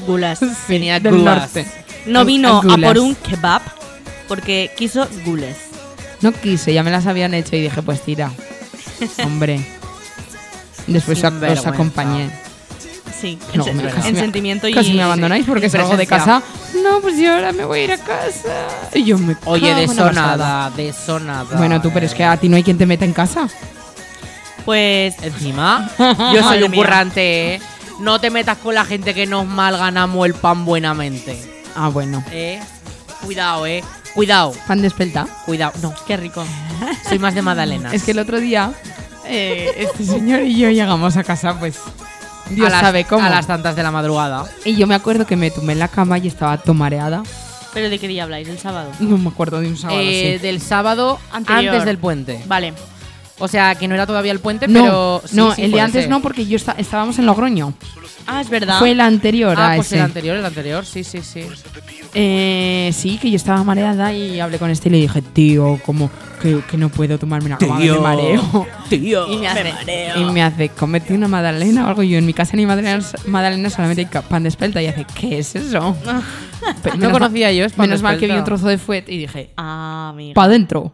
Speaker 4: Gulas.
Speaker 2: Tenía
Speaker 3: del
Speaker 2: gulas.
Speaker 3: norte.
Speaker 4: No vino a
Speaker 3: Gulas.
Speaker 4: por un kebab porque quiso gules.
Speaker 3: No quise, ya me las habían hecho y dije, pues tira. Hombre. Después os- os
Speaker 2: Sinvergüenza.
Speaker 3: acompañé.
Speaker 4: Sí,
Speaker 3: No,
Speaker 4: en,
Speaker 3: me-
Speaker 4: sen-
Speaker 3: casi
Speaker 4: en
Speaker 3: me-
Speaker 4: sentimiento y.
Speaker 3: Casi me abandonáis porque
Speaker 2: y
Speaker 3: salgo de
Speaker 2: presencia.
Speaker 3: casa. No, pues yo ahora me voy a ir a casa. Y yo me
Speaker 2: Oye,
Speaker 3: cago en la bastada.
Speaker 2: desonada, desonada.
Speaker 3: Ah, Bueno, tú, pero es que a ti no hay quien te meta en casa.
Speaker 4: Pues.
Speaker 2: Encima, yo soy
Speaker 4: Madre
Speaker 2: un
Speaker 4: mía.
Speaker 2: currante, ¿eh? No te metas con la gente que nos mal ganamos el pan buenamente.
Speaker 3: Ah, bueno.
Speaker 2: ¿Eh? Cuidado, ¿eh? Cuidado,
Speaker 3: Pan despelta.
Speaker 2: cuidado. No,
Speaker 4: Qué rico.
Speaker 2: soy más de Madalena.
Speaker 3: Es que el otro día, eh, este señor y yo llegamos a casa, pues. Dios sabe cómo.
Speaker 2: A las tantas de la madrugada.
Speaker 3: Y yo me acuerdo que me tumbé en la cama y estaba tomareada.
Speaker 4: ¿Pero de qué día habláis? ¿El sábado?
Speaker 3: No me acuerdo de un sábado.
Speaker 2: Eh,
Speaker 3: Ah, sí.
Speaker 2: Del sábado
Speaker 4: Anterior.
Speaker 2: antes del puente.
Speaker 4: Vale.
Speaker 2: O sea, que no era todavía el puente,
Speaker 3: No,
Speaker 2: pero. sí,
Speaker 3: no
Speaker 2: sí,
Speaker 3: el
Speaker 2: puede
Speaker 3: día antes
Speaker 2: ser.
Speaker 3: no, porque yo esta- estábamos en Logroño.
Speaker 4: Ah, es verdad.
Speaker 3: Fue el anterior
Speaker 2: Ah,
Speaker 3: a
Speaker 2: pues el
Speaker 3: ese.
Speaker 2: anterior, el anterior, sí, sí, sí.
Speaker 3: Eh, sí, que yo estaba mareada y hablé con este y le dije, tío, como que, que no puedo tomarme una cama, me mareo.
Speaker 2: Tío.
Speaker 4: Y me hace mareo.
Speaker 3: Y me hace, comete una magdalena o algo. Y Yo en mi casa ni magdalenas, magdalenas, solamente hay ca- pan de espelta. Y hace, ¿qué es eso? Pero
Speaker 2: No
Speaker 3: menos
Speaker 2: conocía yo, es pan
Speaker 3: Menos
Speaker 2: de
Speaker 3: mal que vi
Speaker 2: espelta.
Speaker 3: un trozo de fuet y dije,
Speaker 4: Ah, mira.
Speaker 3: pa' dentro,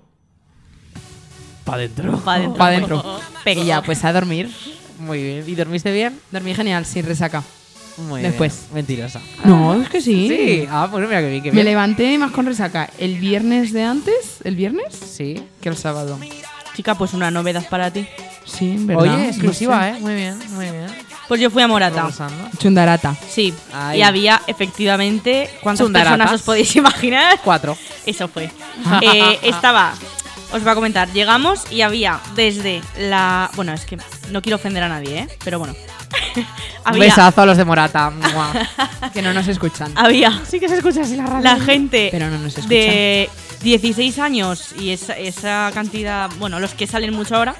Speaker 2: Para adentro.
Speaker 4: Pa' dentro.
Speaker 3: pa' dentro.
Speaker 4: Pega.
Speaker 3: Y ya, pues a dormir.
Speaker 2: Muy bien. ¿Y dormiste bien?
Speaker 3: Dormí genial, sin resaca.
Speaker 2: Muy
Speaker 3: Después.
Speaker 2: bien. Mentirosa.
Speaker 3: No, es que sí.
Speaker 2: Sí. Ah, pues mira que bien, que
Speaker 3: Me
Speaker 2: bien.
Speaker 3: levanté más con resaca el viernes de antes, el viernes,
Speaker 2: Sí.
Speaker 3: que el sábado.
Speaker 4: Chica, pues una novedad para ti.
Speaker 3: Sí, en verdad.
Speaker 2: Oye, exclusiva, ¿eh? Muy bien, muy bien.
Speaker 4: Pues yo fui a Morata.
Speaker 2: Regresando.
Speaker 3: Chundarata.
Speaker 4: Sí.
Speaker 2: Ay.
Speaker 4: Y había efectivamente. ¿Cuántas
Speaker 2: Chundaratas.
Speaker 4: personas os podéis imaginar?
Speaker 2: Cuatro.
Speaker 4: Eso fue. Eh, estaba. Os voy a comentar. Llegamos y había desde la. Bueno, es que no quiero ofender a nadie, ¿eh? Pero bueno.
Speaker 3: Ah,
Speaker 2: Un
Speaker 4: había,
Speaker 2: besazo a los de Morata. Mua.
Speaker 3: Que no nos escuchan.
Speaker 2: Ah,
Speaker 4: había
Speaker 2: sí que se escucha así la radio.
Speaker 4: la gente
Speaker 3: Pero no nos escuchan.
Speaker 4: de 16 años y esa, esa cantidad, bueno, los que salen mucho ahora.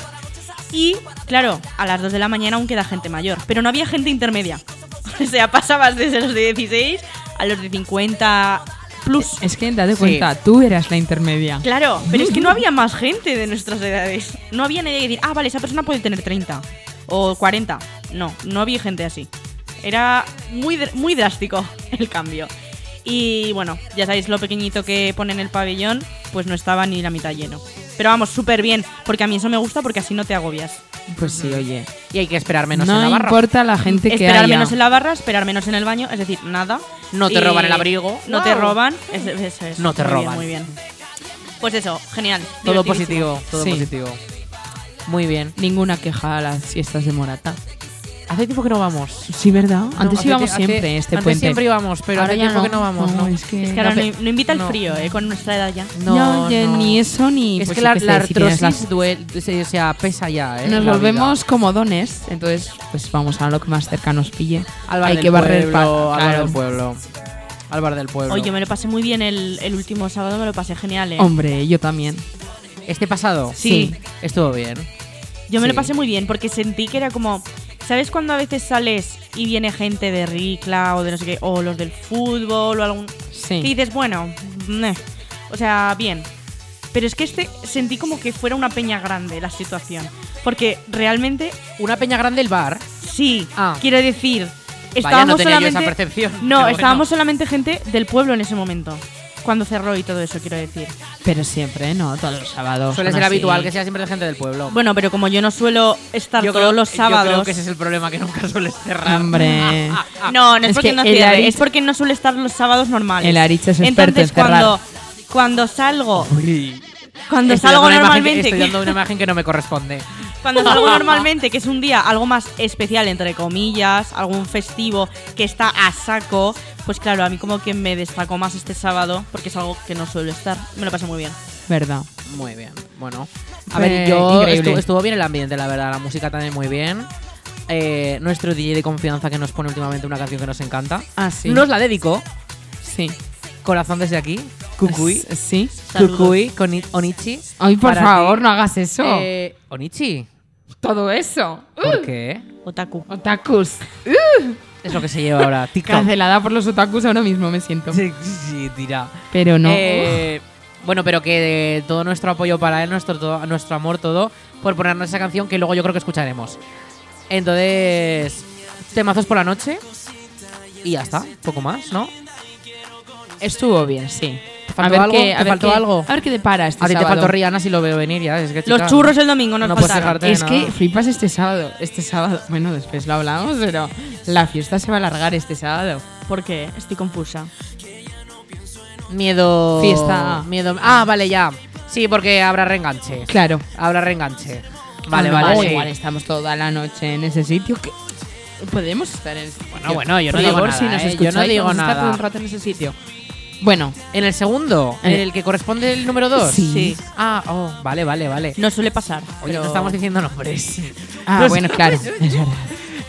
Speaker 4: Y claro, a las 2 de la mañana aún queda gente mayor, pero no había gente intermedia. O sea, pasabas desde los de 16 a los de 50 plus.
Speaker 3: Es que date
Speaker 2: pues, Sí.
Speaker 3: cuenta, tú eras la intermedia.
Speaker 4: Claro, pero es que no había más gente de nuestras edades. No había nadie que decir, ah, vale, esa persona puede tener 30 o 40. No, no había gente así. Era muy, dr- muy drástico el cambio. Y bueno, ya sabéis lo pequeñito que pone en el pabellón, pues no estaba ni la mitad lleno. Pero vamos, súper bien, porque a mí eso me gusta porque así no te agobias.
Speaker 3: Pues sí, oye.
Speaker 2: Y hay que esperar menos en
Speaker 3: no
Speaker 2: la barra.
Speaker 3: importa la gente que
Speaker 4: Esperar
Speaker 3: haya.
Speaker 4: menos en la barra, esperar menos en el baño, es decir, nada.
Speaker 2: No te roban el abrigo.
Speaker 4: No te
Speaker 2: Wow.
Speaker 4: roban. es- eso es.
Speaker 2: No te
Speaker 4: Muy bien,
Speaker 2: roban.
Speaker 4: muy bien. Pues eso, genial.
Speaker 2: Todo
Speaker 4: divertidísimo.
Speaker 2: positivo, todo
Speaker 3: Sí.
Speaker 2: positivo. Muy bien.
Speaker 3: Ninguna queja a las fiestas de Morata.
Speaker 2: Hace tiempo que no vamos.
Speaker 3: Sí, ¿verdad?
Speaker 2: No,
Speaker 3: antes
Speaker 2: hace
Speaker 3: íbamos
Speaker 2: tie- hace-
Speaker 3: siempre este
Speaker 2: antes
Speaker 3: puente.
Speaker 2: siempre íbamos, pero
Speaker 3: Ahora
Speaker 2: hace
Speaker 3: ya
Speaker 2: tiempo que no vamos, ¿no?
Speaker 3: Es que,
Speaker 4: Es que ahora
Speaker 2: No,
Speaker 4: no,
Speaker 2: pe-
Speaker 4: no invita el
Speaker 2: no.
Speaker 4: frío, ¿eh? Con nuestra edad ya.
Speaker 3: no, oye, ni eso ni.
Speaker 2: Es
Speaker 3: pues
Speaker 2: que
Speaker 3: yo
Speaker 2: la,
Speaker 3: qué sé,
Speaker 2: la
Speaker 3: si tienes
Speaker 2: artrosis
Speaker 3: las-
Speaker 2: duele, se- o sea, pesa ya, ¿eh?
Speaker 3: Nos
Speaker 2: la vida.
Speaker 3: volvemos como dones, entonces pues vamos a lo que más cerca nos pille.
Speaker 2: al bar
Speaker 3: Hay
Speaker 2: del
Speaker 3: que barrer
Speaker 2: pueblo,
Speaker 3: pa-
Speaker 2: al bar
Speaker 3: claro.
Speaker 2: del pueblo. Al bar del pueblo.
Speaker 4: Oye, yo me lo pasé muy bien el, el último sábado, me lo pasé genial, ¿eh?
Speaker 3: Hombre, yo también.
Speaker 2: este pasado
Speaker 4: Sí.
Speaker 2: estuvo bien.
Speaker 4: Yo me lo
Speaker 2: sí.
Speaker 4: pasé muy bien porque sentí que era como. ¿Sabes cuando a veces sales y viene gente de Ricla o de no sé qué? O los del fútbol o algún.
Speaker 3: Sí.
Speaker 4: Y dices, bueno, meh. o sea, bien. Pero es que este sentí como que fuera una peña grande la situación. Porque realmente,
Speaker 2: Una peña grande el bar.
Speaker 4: sí,
Speaker 2: Ah.
Speaker 4: quiero decir.
Speaker 2: Vaya, no
Speaker 4: Estábamos
Speaker 2: tenía yo
Speaker 4: solamente.
Speaker 2: esa percepción. pero
Speaker 4: No,
Speaker 2: bueno.
Speaker 4: estábamos solamente gente del pueblo en ese momento. Cuando cerró y todo eso, quiero decir.
Speaker 3: Pero siempre, ¿no? Todos los sábados.
Speaker 2: Suele
Speaker 3: son
Speaker 2: ser
Speaker 3: así.
Speaker 2: habitual que sea siempre de gente del pueblo.
Speaker 4: Bueno, pero como yo no suelo estar todos los sábados. Mm.
Speaker 2: Yo creo que ese es el problema, que nunca sueles cerrar.
Speaker 3: Hombre.
Speaker 2: Ah,
Speaker 4: No, no es,
Speaker 3: Es
Speaker 4: porque
Speaker 3: que
Speaker 4: no
Speaker 3: el
Speaker 4: cierre,
Speaker 3: Aritz-
Speaker 4: es porque no suele estar los sábados normales.
Speaker 3: El Aritz es experto en
Speaker 4: Entonces,
Speaker 3: cerrar.
Speaker 4: cuando, cuando salgo,
Speaker 2: Uy.
Speaker 4: cuando
Speaker 2: Estoy dando
Speaker 4: salgo
Speaker 2: una imagen-
Speaker 4: normalmente,
Speaker 2: estoy
Speaker 4: que-
Speaker 2: dando una imagen que no me corresponde.
Speaker 4: cuando salgo normalmente, que es un día algo más especial entre comillas, algún festivo que está a saco, pues claro, a mí como que me destacó más este sábado porque es algo que no suelo estar. Me lo pasé muy bien.
Speaker 3: Verdad.
Speaker 2: Muy bien. Bueno, a
Speaker 3: Fue
Speaker 2: ver, yo
Speaker 3: increíble.
Speaker 2: estuvo, estuvo bien el ambiente, la verdad. La música también muy bien. Eh, nuestro DJ de confianza que nos pone últimamente una canción que nos encanta.
Speaker 3: Ah, sí.
Speaker 2: Nos la dedicó.
Speaker 3: Sí.
Speaker 2: Corazón desde aquí. Cucuy.
Speaker 3: S- Sí.
Speaker 4: Saludos.
Speaker 2: Cucuy con i- Onichi.
Speaker 3: Ay, por
Speaker 2: Para
Speaker 3: favor,
Speaker 2: ti.
Speaker 3: no hagas eso.
Speaker 2: Eh, Onichi.
Speaker 3: Todo eso.
Speaker 2: ¿Por qué?
Speaker 4: Otaku.
Speaker 3: Otakus.
Speaker 2: Es lo que se lleva ahora. TikTok.
Speaker 3: Cancelada por los otakus ahora mismo me siento.
Speaker 2: Sí, sí, tira.
Speaker 3: Pero no.
Speaker 2: Eh, bueno, pero que eh, todo nuestro apoyo para él, nuestro, todo- nuestro amor, todo, por ponernos esa canción que luego yo creo que escucharemos. Entonces, temazos por la noche y ya está, poco más, ¿no?
Speaker 3: Estuvo bien, sí.
Speaker 2: ¿Te faltó algo? ¿Te faltó
Speaker 3: qué,
Speaker 2: algo?
Speaker 3: A ver qué depara este
Speaker 2: A ti te
Speaker 3: sábado.
Speaker 2: faltó Rihanna si lo veo venir ya. Es que,
Speaker 4: Los
Speaker 2: chica,
Speaker 4: churros el domingo nos
Speaker 2: no puedes
Speaker 4: faltaron.
Speaker 2: dejarte
Speaker 3: Es
Speaker 2: nada.
Speaker 3: que flipas este sábado, este sábado. Bueno, después lo hablamos, pero la fiesta se va a alargar este sábado.
Speaker 4: Porque estoy confusa.
Speaker 2: Miedo.
Speaker 3: Fiesta.
Speaker 2: Miedo. Ah, vale, ya. Sí, porque habrá reenganche.
Speaker 3: Claro.
Speaker 2: Habrá reenganche. Vale,
Speaker 3: No,
Speaker 2: Ah, vale.
Speaker 3: no,
Speaker 2: sí.
Speaker 3: Ah, Igual estamos toda la noche en ese sitio. que Podemos estar en ese sitio.
Speaker 2: Bueno, bueno, yo no
Speaker 3: Por
Speaker 2: digo
Speaker 3: favor,
Speaker 2: nada,
Speaker 3: si nos
Speaker 2: ¿eh? Yo no
Speaker 3: escucháis,
Speaker 2: digo
Speaker 3: vamos a estar
Speaker 2: nada.
Speaker 3: todo el rato en ese sitio. Bueno,
Speaker 2: En el segundo, en
Speaker 3: Eh.
Speaker 2: el que corresponde el número 2.
Speaker 3: Sí.
Speaker 4: Sí.
Speaker 2: Ah, oh, vale, vale, vale.
Speaker 4: No suele pasar.
Speaker 2: Oye,
Speaker 4: pero-
Speaker 2: no estamos diciendo nombres.
Speaker 3: ah,
Speaker 2: No
Speaker 3: bueno,
Speaker 2: sé.
Speaker 3: claro. es verdad.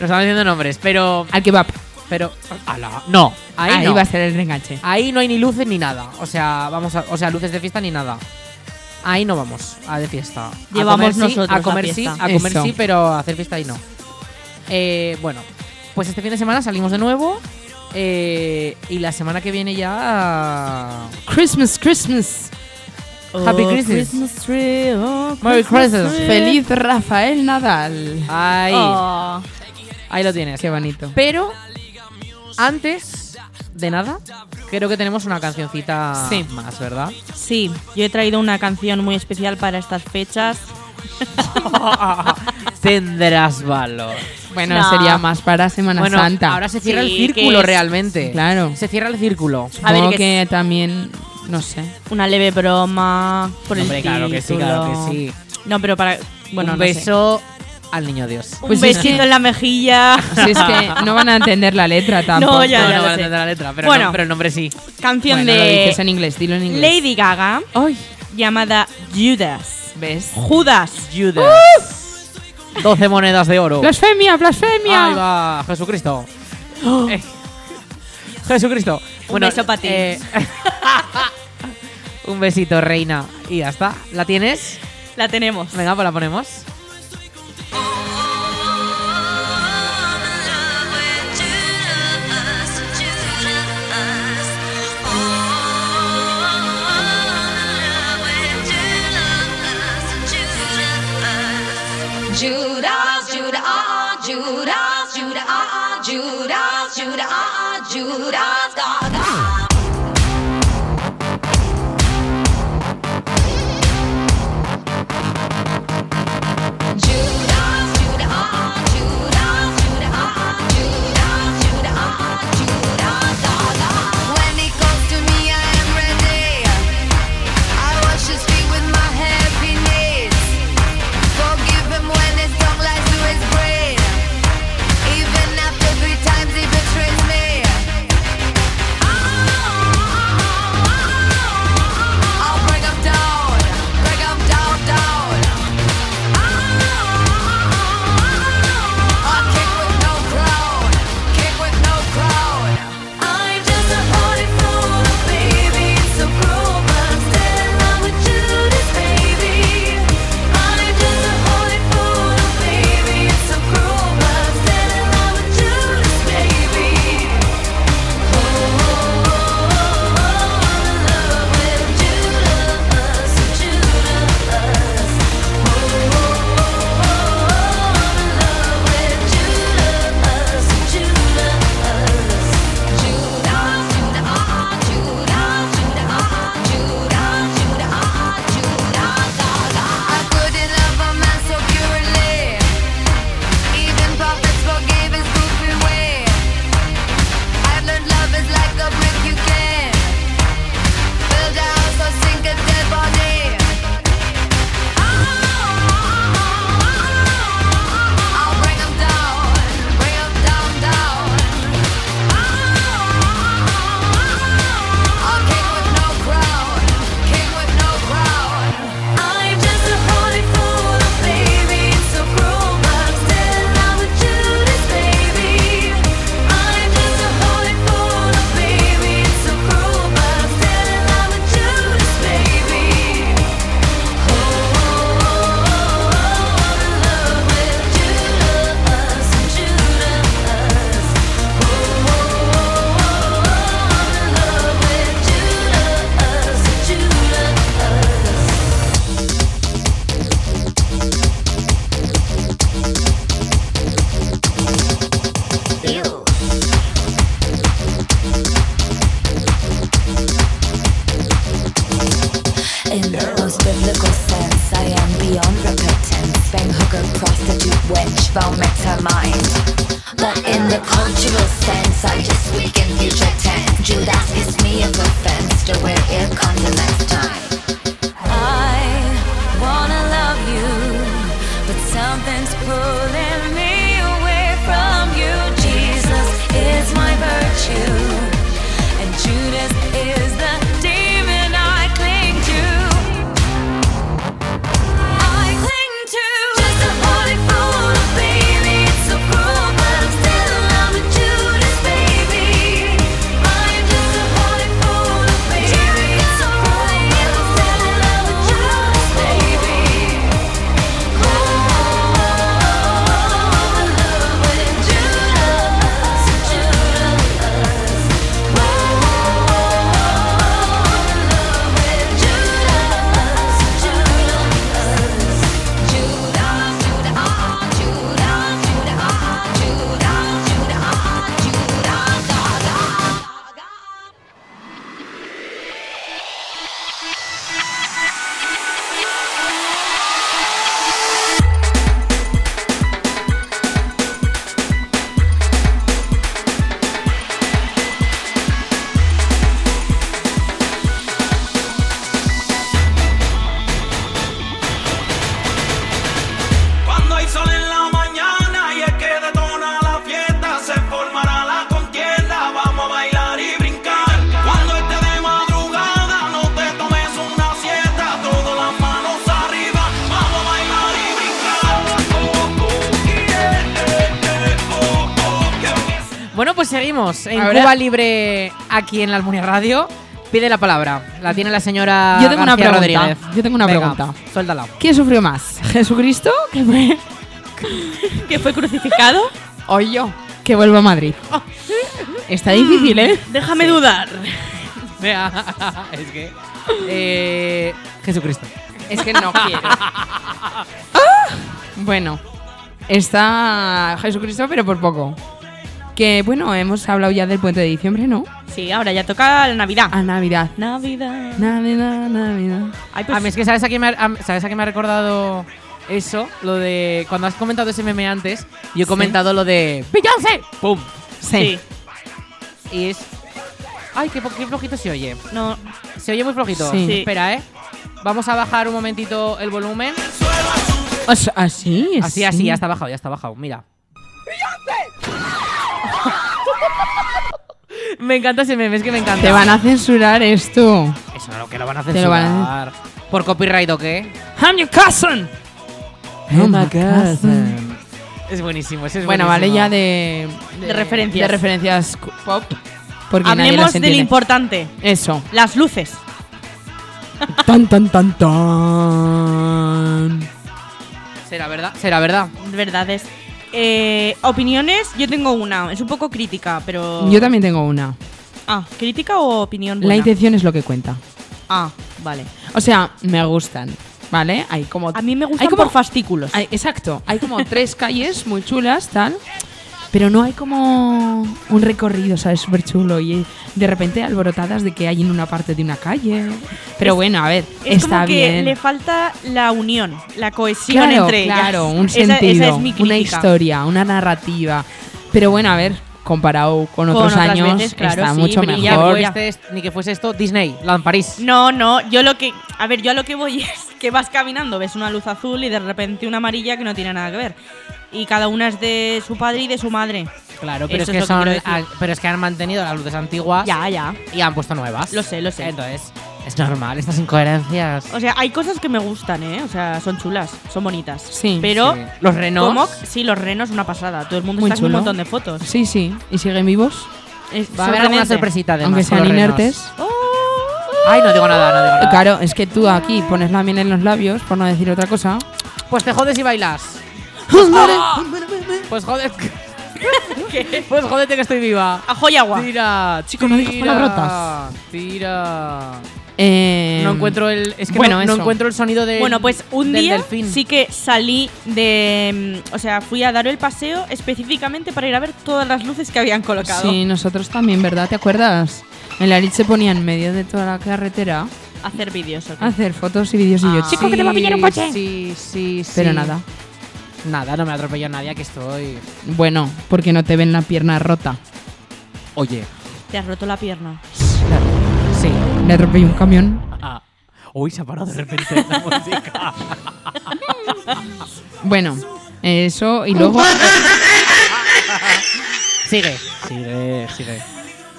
Speaker 2: No estamos diciendo nombres, pero.
Speaker 3: Al kebab. Ah,
Speaker 2: Pero. ala, no, ahí,
Speaker 3: Ahí,
Speaker 2: no.
Speaker 3: va a ser el reenganche.
Speaker 2: Ahí no hay ni luces ni nada. O sea, vamos a, o sea, luces de fiesta ni nada. Ahí no vamos, a de fiesta. A comer
Speaker 4: Llevamos
Speaker 2: sí,
Speaker 4: nosotros
Speaker 2: a
Speaker 4: la
Speaker 2: comer sí,
Speaker 4: fiesta.
Speaker 2: a comer
Speaker 3: Eso.
Speaker 2: sí, pero a hacer fiesta ahí no. Eh, bueno, pues este fin de semana salimos de nuevo. eh, y la semana que viene ya.
Speaker 3: Christmas, Christmas.
Speaker 2: Happy Christmas.
Speaker 4: Christmas tree, oh,
Speaker 2: Merry Christmas.
Speaker 4: tree.
Speaker 3: Feliz Rafael Nadal.
Speaker 2: Ahí,
Speaker 4: Oh.
Speaker 2: ahí lo tienes.
Speaker 3: Qué bonito.
Speaker 2: Pero antes de nada, creo que tenemos una cancioncita
Speaker 3: Sí.
Speaker 2: más, ¿verdad?
Speaker 4: Sí, yo he traído una canción muy especial para estas fechas.
Speaker 2: Tendrás valor.
Speaker 3: Bueno,
Speaker 4: No.
Speaker 3: sería más para Semana
Speaker 2: bueno,
Speaker 3: Santa.
Speaker 2: ahora se cierra
Speaker 4: Sí,
Speaker 2: el círculo
Speaker 4: que es-
Speaker 2: realmente.
Speaker 3: Claro.
Speaker 2: Se cierra el círculo.
Speaker 4: A ver,
Speaker 3: Supongo
Speaker 4: que-
Speaker 3: que también, no sé.
Speaker 4: Una leve broma por
Speaker 2: Hombre,
Speaker 4: el
Speaker 2: claro que sí, claro
Speaker 4: título.
Speaker 2: que sí.
Speaker 4: No, pero para... Bueno,
Speaker 2: Un
Speaker 4: no sé.
Speaker 2: beso al niño Dios.
Speaker 3: Pues
Speaker 4: un
Speaker 3: es
Speaker 4: besito
Speaker 3: que-
Speaker 4: en la mejilla.
Speaker 3: Si es que no van a entender la letra tampoco.
Speaker 4: No, ya,
Speaker 2: no,
Speaker 4: ya
Speaker 2: no
Speaker 4: lo
Speaker 2: van a
Speaker 4: sé.
Speaker 2: entender la letra, pero,
Speaker 4: Bueno.
Speaker 2: no, pero el nombre sí.
Speaker 4: Canción
Speaker 3: Bueno, lo
Speaker 4: de
Speaker 3: dices en inglés, dilo en inglés.
Speaker 4: Lady Gaga
Speaker 3: Ay,
Speaker 4: llamada Judas.
Speaker 3: ¿ves?
Speaker 4: Judas.
Speaker 2: Judas. 12 monedas de oro.
Speaker 3: ¡Blasfemia,
Speaker 2: Ahí
Speaker 3: blasfemia!
Speaker 2: va, Jesucristo. Eh, Jesucristo. Bueno,
Speaker 4: ¡Oh! beso pa' ti.
Speaker 2: eh, un besito, reina. Y ya está. ¿La tienes?
Speaker 4: La tenemos.
Speaker 2: Venga, pues la ponemos.
Speaker 1: Judas, Judah, ah, ah, Judas, Judah, ah, ah, Judas, Judah, ah, ah, Judas, Gaga. Judas, Judah, ah, ah, Judas, Judah, ah, ah, Judas, Judah, ah, ah, Judas, Gaga.
Speaker 6: When it comes to me, I am ready. I wash his feet with my happiness. Forgive him when his tongue lies to his brain. Even after three times he betrays me. I'll break him down, break him down, down. I'll kick with no crown, kick with no crown.
Speaker 1: I'm just a party fool, baby. It's so cruel, but I'm still in love with Judas, baby. I'm just a party fool, baby. It's so cruel, but I'm still in love with Judas, baby. Oh, I'm in love with Judas, Judas.
Speaker 6: I couldn't love a man so purely. Even prophets forgave his goofy way. I've learned love is like a brick you can build a house or sink a dead body. I'll bring 'em down, bring 'em down, down. I'll king with no crown, king with no crown.
Speaker 1: I'm just a party fool, baby. It's so cruel, but I'm still in love with Judas, baby. I'm just a party fool, baby. It's so cruel, but I'm still in love with Judas, baby. Oh, I'm in love with Judas, Judas. Oh, I'm in love with Judas, Judas.
Speaker 8: In the most biblical sense, I am beyond repentance. Bang hooker, prostitute, wench, vomits her mind. But in the cultural sense, I just speak in future tense. Judas is me of offense to wear ear condiments time.
Speaker 1: I wanna love you, but something's pulling me away from you. Jesus is my virtue, and Judas is the demon I cling to. I cling to just a party fool, baby. It's so cruel, but I'm still in love with Judas, baby. I'm just a party fool, baby. It's so cruel, but I'm still in
Speaker 2: Bueno, pues seguimos. En
Speaker 3: Ahora-
Speaker 2: Cuba Libre, aquí en la Almunia Radio, pide la palabra. La tiene la señora
Speaker 3: Yo tengo una
Speaker 2: García
Speaker 3: pregunta.
Speaker 2: Rodríguez.
Speaker 3: Yo tengo una
Speaker 2: Venga,
Speaker 3: pregunta. Pues-
Speaker 2: Suéltala.
Speaker 3: ¿Quién sufrió más? ¿Jesucristo? Que fue.
Speaker 4: ¿Que fue crucificado?
Speaker 3: O yo. Que vuelvo a Madrid. Está difícil, ¿eh?
Speaker 4: Déjame dudar.
Speaker 2: Vea, es que... eh, Jesucristo.
Speaker 3: Es que no quiero. Bueno, está Jesucristo, pero por poco. Que bueno, hemos hablado ya del puente de diciembre, ¿no?
Speaker 4: Sí, ahora ya toca la Navidad.
Speaker 3: A Navidad.
Speaker 4: Navidad.
Speaker 3: Navidad, Navidad.
Speaker 4: Ay, pues,
Speaker 2: A mí es que sabes a, quién me ha, a- ¿sabes a quién me ha recordado eso, lo de cuando has comentado ese meme antes, yo he comentado lo de ¡Beyoncé! ¡Pum!
Speaker 4: sí.
Speaker 2: Y es... ¡Ay, qué, po- qué flojito se oye!
Speaker 4: No,
Speaker 2: Se oye muy flojito.
Speaker 3: Sí.
Speaker 4: Sí.
Speaker 2: Espera, ¿eh? Vamos a bajar un momentito el volumen.
Speaker 3: O sea, así,
Speaker 2: Así, así, ya está bajado, ya está bajado. Mira. me encanta ese meme, es que me encanta.
Speaker 3: Te van a censurar esto.
Speaker 2: Eso no, que lo van a
Speaker 3: Te lo van a-
Speaker 2: censurar. ¿Por copyright o qué?
Speaker 3: I'm your cousin. Oh my cousin.
Speaker 2: Es buenísimo, ese es
Speaker 3: Bueno, vale
Speaker 2: buenísimo.
Speaker 3: ya de,
Speaker 4: De referencias.
Speaker 3: De referencias cu- pop. Porque nadie
Speaker 4: hablemos
Speaker 3: las
Speaker 4: del
Speaker 3: entiende.
Speaker 4: importante.
Speaker 3: Eso.
Speaker 4: Las luces.
Speaker 3: tan, tan, tan, tan.
Speaker 2: Será verdad, será verdad.
Speaker 4: Verdades. Eh, opiniones, yo tengo una. Es un poco crítica, pero.
Speaker 3: Yo también tengo una.
Speaker 4: Ah, ¿crítica o opinión?
Speaker 3: La
Speaker 4: buena?
Speaker 3: intención es lo que cuenta.
Speaker 4: Ah, vale.
Speaker 3: O sea, me gustan, ¿vale? Hay como...
Speaker 4: A mí me gustan
Speaker 3: hay como,
Speaker 4: por fascículos.
Speaker 3: hay- Exacto. Hay como tres calles muy chulas, tal. Pero no hay como un recorrido, ¿sabes? Súper chulo. Y de repente alborotadas de que hay en una parte de una calle. Pero bueno, a ver,
Speaker 4: es
Speaker 3: está
Speaker 4: como que
Speaker 3: bien.
Speaker 4: le falta la unión, la cohesión
Speaker 3: claro,
Speaker 4: entre ellas.
Speaker 3: claro, un
Speaker 4: Esa-
Speaker 3: sentido,
Speaker 4: Esa, es mi crítica.
Speaker 3: una historia, una narrativa. Pero bueno, a ver, comparado con otros
Speaker 4: otras
Speaker 3: años,
Speaker 4: veces, claro,
Speaker 3: está
Speaker 4: sí,
Speaker 3: mucho
Speaker 4: brilla,
Speaker 3: mejor.
Speaker 4: brilla.
Speaker 2: ni que fuese esto Disney, la en París.
Speaker 4: No, no, yo lo que. A ver, yo a lo que voy es que vas caminando, ves una luz azul y de repente una amarilla que no tiene nada que ver. Y cada una es de su padre y de su madre.
Speaker 2: Claro, pero
Speaker 4: Eso
Speaker 2: es que
Speaker 4: es lo que
Speaker 2: son
Speaker 4: quiero decir.
Speaker 2: ah, pero es que han mantenido las luces antiguas
Speaker 4: Ya, ya.
Speaker 2: y han puesto nuevas.
Speaker 4: Lo sé, lo sé.
Speaker 2: Entonces, es normal estas incoherencias.
Speaker 4: O sea, hay cosas que me gustan, ¿eh? O sea, son chulas, son bonitas.
Speaker 3: Sí,
Speaker 4: Pero.
Speaker 2: Sí. los renos
Speaker 4: como- Sí, los renos, una pasada. Todo el mundo
Speaker 3: Muy
Speaker 4: está haciendo un
Speaker 3: chulo.
Speaker 4: montón de fotos.
Speaker 3: Sí, sí. ¿Y siguen vivos?
Speaker 4: Es
Speaker 2: va a haber alguna
Speaker 4: sorprendente.
Speaker 2: sorpresita además
Speaker 3: Aunque
Speaker 2: con
Speaker 3: sean
Speaker 2: los renos.
Speaker 3: inertes.
Speaker 2: Ay, no digo nada, no digo nada.
Speaker 3: Claro, es que tú aquí pones la miel en los labios, por no decir otra cosa.
Speaker 2: Pues te jodes y bailas. Pues jodes. Pues jódete que estoy viva.
Speaker 4: Ajo y agua.
Speaker 2: Tira, chico,
Speaker 3: no digas palabrotas.
Speaker 2: Tira.
Speaker 3: Eh,
Speaker 2: No encuentro el. Es que
Speaker 3: bueno,
Speaker 2: no, no
Speaker 3: eso.
Speaker 2: encuentro el sonido de.
Speaker 4: Bueno, pues un
Speaker 2: del
Speaker 4: día
Speaker 2: delfín.
Speaker 4: sí que salí de. mm, O sea, fui a dar el paseo específicamente para ir a ver todas las luces que habían colocado.
Speaker 3: Sí, nosotros también, ¿verdad? ¿Te acuerdas? El Arit se ponía en medio de toda la carretera
Speaker 4: Hacer vídeos.
Speaker 2: Ah.
Speaker 4: ok.
Speaker 3: a hacer fotos y vídeos
Speaker 4: Ah,
Speaker 3: y yo, chico, que te va a pillar un coche.
Speaker 2: Sí, sí, sí.
Speaker 3: Pero nada.
Speaker 2: Nada, no me atropelló nadie, que estoy.
Speaker 3: Bueno, porque no te ven la pierna rota.
Speaker 2: Oye.
Speaker 4: Te has roto la pierna.
Speaker 2: Sí.
Speaker 3: Le atropelló un camión.
Speaker 2: Ah. Uy, se ha parado de repente la música.
Speaker 3: Bueno, eso y luego.
Speaker 2: Sigue. Sigue, sigue.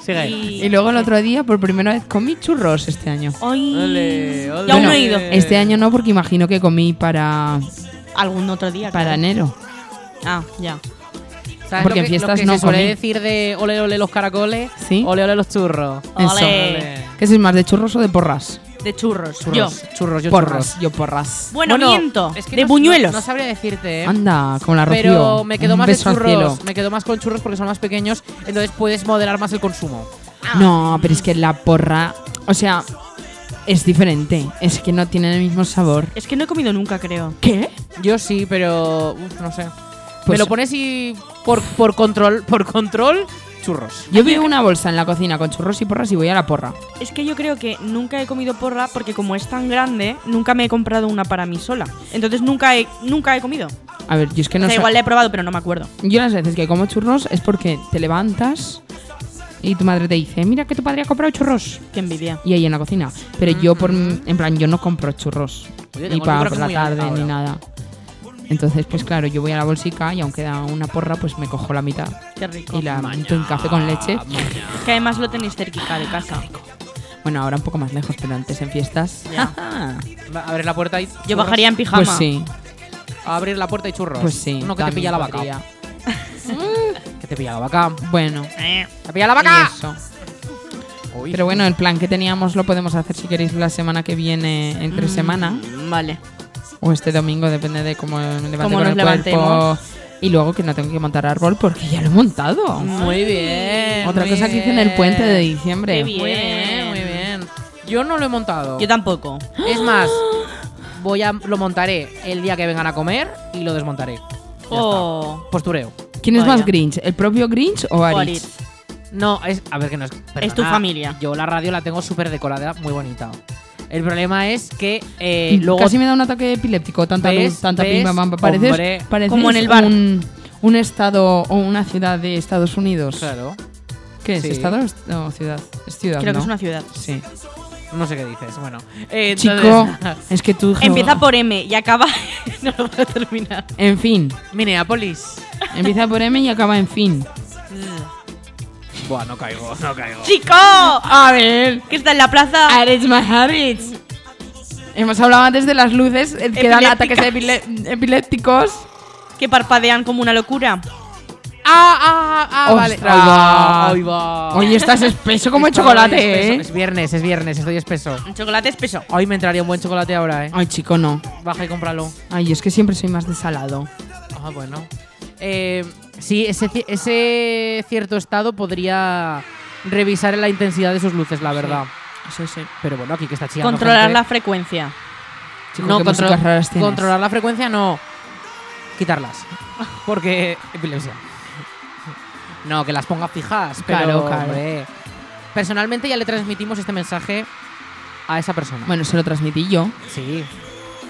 Speaker 2: Sigue.
Speaker 4: Y-
Speaker 3: Y luego el otro día, por primera vez, comí churros este año.
Speaker 4: Ay.
Speaker 2: Ole, ole. eh,
Speaker 4: Ya aún
Speaker 3: Bueno,
Speaker 4: no he ido.
Speaker 3: Este año no, porque imagino que comí para,
Speaker 4: Algún otro día.
Speaker 3: para
Speaker 4: claro.
Speaker 3: enero.
Speaker 4: Ah, ya.
Speaker 2: ¿Sabes
Speaker 3: Porque
Speaker 2: lo
Speaker 3: en
Speaker 2: que- lo
Speaker 3: fiestas
Speaker 2: que
Speaker 3: no
Speaker 2: se suele
Speaker 3: comí.
Speaker 2: decir de ole ole los caracoles,
Speaker 3: Sí.
Speaker 2: ole ole los churros.
Speaker 3: Eso.
Speaker 4: Ole.
Speaker 3: ¿Qué sois más, de churros o de porras?
Speaker 4: De churros.
Speaker 2: Churros,
Speaker 4: Yo.
Speaker 2: churros, yo churros.
Speaker 3: Yo porras.
Speaker 4: Bueno, miento.
Speaker 2: es que
Speaker 4: de
Speaker 2: no-
Speaker 4: buñuelos.
Speaker 2: No, no sabría decirte, ¿eh?
Speaker 3: Anda, como la Rocío.
Speaker 2: Pero me quedo
Speaker 3: Un
Speaker 2: más de
Speaker 3: beso al cielo.
Speaker 2: churros. Me quedo más con churros porque son más pequeños. Entonces puedes moderar más el consumo. Ah.
Speaker 3: No, pero es que la porra, o sea, es diferente. Es que no tienen el mismo sabor.
Speaker 4: es que no he comido nunca, creo.
Speaker 3: ¿Qué?
Speaker 2: Yo sí, pero. uf, no sé. me
Speaker 3: Pues-
Speaker 2: lo pones y. Por, por control. Por control, churros.
Speaker 3: Yo veo una bolsa en la cocina con churros y porras y voy a la porra.
Speaker 4: Es que yo creo que nunca he comido porra porque como es tan grande, nunca me he comprado una para mí sola. Entonces nunca he, nunca he comido.
Speaker 3: A ver, yo es que no
Speaker 4: o sea,
Speaker 3: sé.
Speaker 4: igual la he probado, pero no me acuerdo.
Speaker 3: Yo las veces que como churros es porque te levantas y tu madre te dice, mira que tu padre ha comprado churros.
Speaker 4: Qué envidia.
Speaker 3: Y ahí en la cocina. Pero yo, por, en plan, yo no compro churros.
Speaker 2: Oye, tengo
Speaker 3: ni
Speaker 2: el
Speaker 3: para
Speaker 2: micro
Speaker 3: por
Speaker 2: que
Speaker 3: la
Speaker 2: muy alto
Speaker 3: tarde, ni
Speaker 2: ahora.
Speaker 3: nada. Entonces, pues claro, yo voy a la bolsica y aunque da una porra, pues me cojo la mitad.
Speaker 4: Qué rico.
Speaker 3: Y la meto en café con leche.
Speaker 4: Es que además lo tenéis cerquita de casa.
Speaker 3: Bueno, ahora un poco más lejos, pero antes en fiestas.
Speaker 2: Va, Abrir la puerta y.
Speaker 4: Yo
Speaker 2: churros.
Speaker 4: bajaría en pijama.
Speaker 3: pues sí,
Speaker 2: Abrir la puerta y churros.
Speaker 3: pues sí.
Speaker 2: Uno que te
Speaker 3: también
Speaker 2: pilla la vaca.
Speaker 3: podría.
Speaker 2: Que te pillado la vaca.
Speaker 3: Bueno,
Speaker 4: Eh.
Speaker 2: ¡Te pilla la vaca!
Speaker 3: y eso.
Speaker 2: Uy.
Speaker 3: Pero bueno, el plan que teníamos lo podemos hacer si queréis la semana que viene, entre
Speaker 4: Mm.
Speaker 3: semana,
Speaker 4: Vale.
Speaker 3: o este domingo, depende de cómo me levante
Speaker 4: Cómo
Speaker 3: con
Speaker 4: nos
Speaker 3: el cuerpo.
Speaker 4: levantemos.
Speaker 3: Y luego que no tengo que montar árbol porque ya lo he montado.
Speaker 2: Muy bien.
Speaker 3: Otra
Speaker 2: muy
Speaker 3: cosa que hice en el
Speaker 2: bien.
Speaker 3: puente de diciembre.
Speaker 4: Qué
Speaker 2: Muy bien, muy bien. Yo no lo he montado.
Speaker 4: Yo tampoco.
Speaker 2: Es más, voy a lo montaré el día que vengan a comer y lo desmontaré. Ya
Speaker 4: Oh.
Speaker 2: está. Postureo.
Speaker 3: ¿Quién es
Speaker 4: Vaya.
Speaker 3: más Grinch? ¿El propio Grinch o Aritz?
Speaker 4: Juaritz.
Speaker 2: No, es. A ver, que no es. perdona,
Speaker 4: Es tu familia.
Speaker 2: Yo la radio la tengo súper decorada, muy bonita. El problema es que eh, luego.
Speaker 3: Casi me da un ataque epiléptico, tanta
Speaker 2: ¿Ves?
Speaker 3: luz, tanta
Speaker 2: ¿Ves?
Speaker 3: pim, pam, pam.
Speaker 2: Hombre.
Speaker 3: Pareces, pareces
Speaker 4: Como en el bar.
Speaker 3: Un, un estado o una ciudad de Estados Unidos.
Speaker 2: Claro.
Speaker 3: ¿Qué es?
Speaker 2: Sí.
Speaker 3: ¿Estado o est- o ciudad? Es ciudad,
Speaker 4: Creo
Speaker 3: ¿no?
Speaker 4: que es una ciudad.
Speaker 3: Sí.
Speaker 2: No sé qué dices. Bueno. eh,
Speaker 3: Chico,
Speaker 2: entonces-
Speaker 3: es que tú...
Speaker 4: Empieza por M y acaba. no lo voy a terminar.
Speaker 3: En fin.
Speaker 2: Minneapolis.
Speaker 3: Empieza por M y acaba en fin.
Speaker 2: Buah, no caigo, no caigo.
Speaker 4: ¡Chico! A ver. Que está en la plaza.
Speaker 3: Aritz my habits. Hemos hablado antes de las luces eh, que dan ataques
Speaker 4: Epilépticas.
Speaker 3: epile- epilépticos.
Speaker 4: Que parpadean como una locura.
Speaker 2: Ah, ah, ah, vale.
Speaker 3: Ostras.
Speaker 2: Ah, ahí va.
Speaker 3: Oye, estás espeso como el
Speaker 2: Estoy
Speaker 3: chocolate,
Speaker 2: espeso.
Speaker 3: ¿eh?
Speaker 2: Es viernes, es viernes, estoy espeso.
Speaker 4: Un chocolate espeso.
Speaker 2: Hoy me entraría un buen chocolate ahora, eh.
Speaker 3: Ay, chico, no.
Speaker 2: Baja y cómpralo.
Speaker 3: Ay, es que siempre soy más desalado.
Speaker 2: Ah, bueno. Eh, sí, ese, ci- ese cierto estado podría revisar la intensidad de sus luces, la verdad.
Speaker 3: Sí, sí.
Speaker 2: Pero bueno, aquí que está chillando.
Speaker 4: Controlar
Speaker 2: gente.
Speaker 4: la frecuencia.
Speaker 3: Chico,
Speaker 2: no,
Speaker 3: ¿qué
Speaker 2: contro-
Speaker 3: músicas raras tienes?
Speaker 2: controlar la frecuencia no. Quitarlas. Porque epilepsia. No, que las ponga fijas, pero
Speaker 3: Claro, claro.
Speaker 2: hombre, personalmente ya le transmitimos este mensaje a esa persona.
Speaker 3: Bueno, se lo transmití yo.
Speaker 2: sí.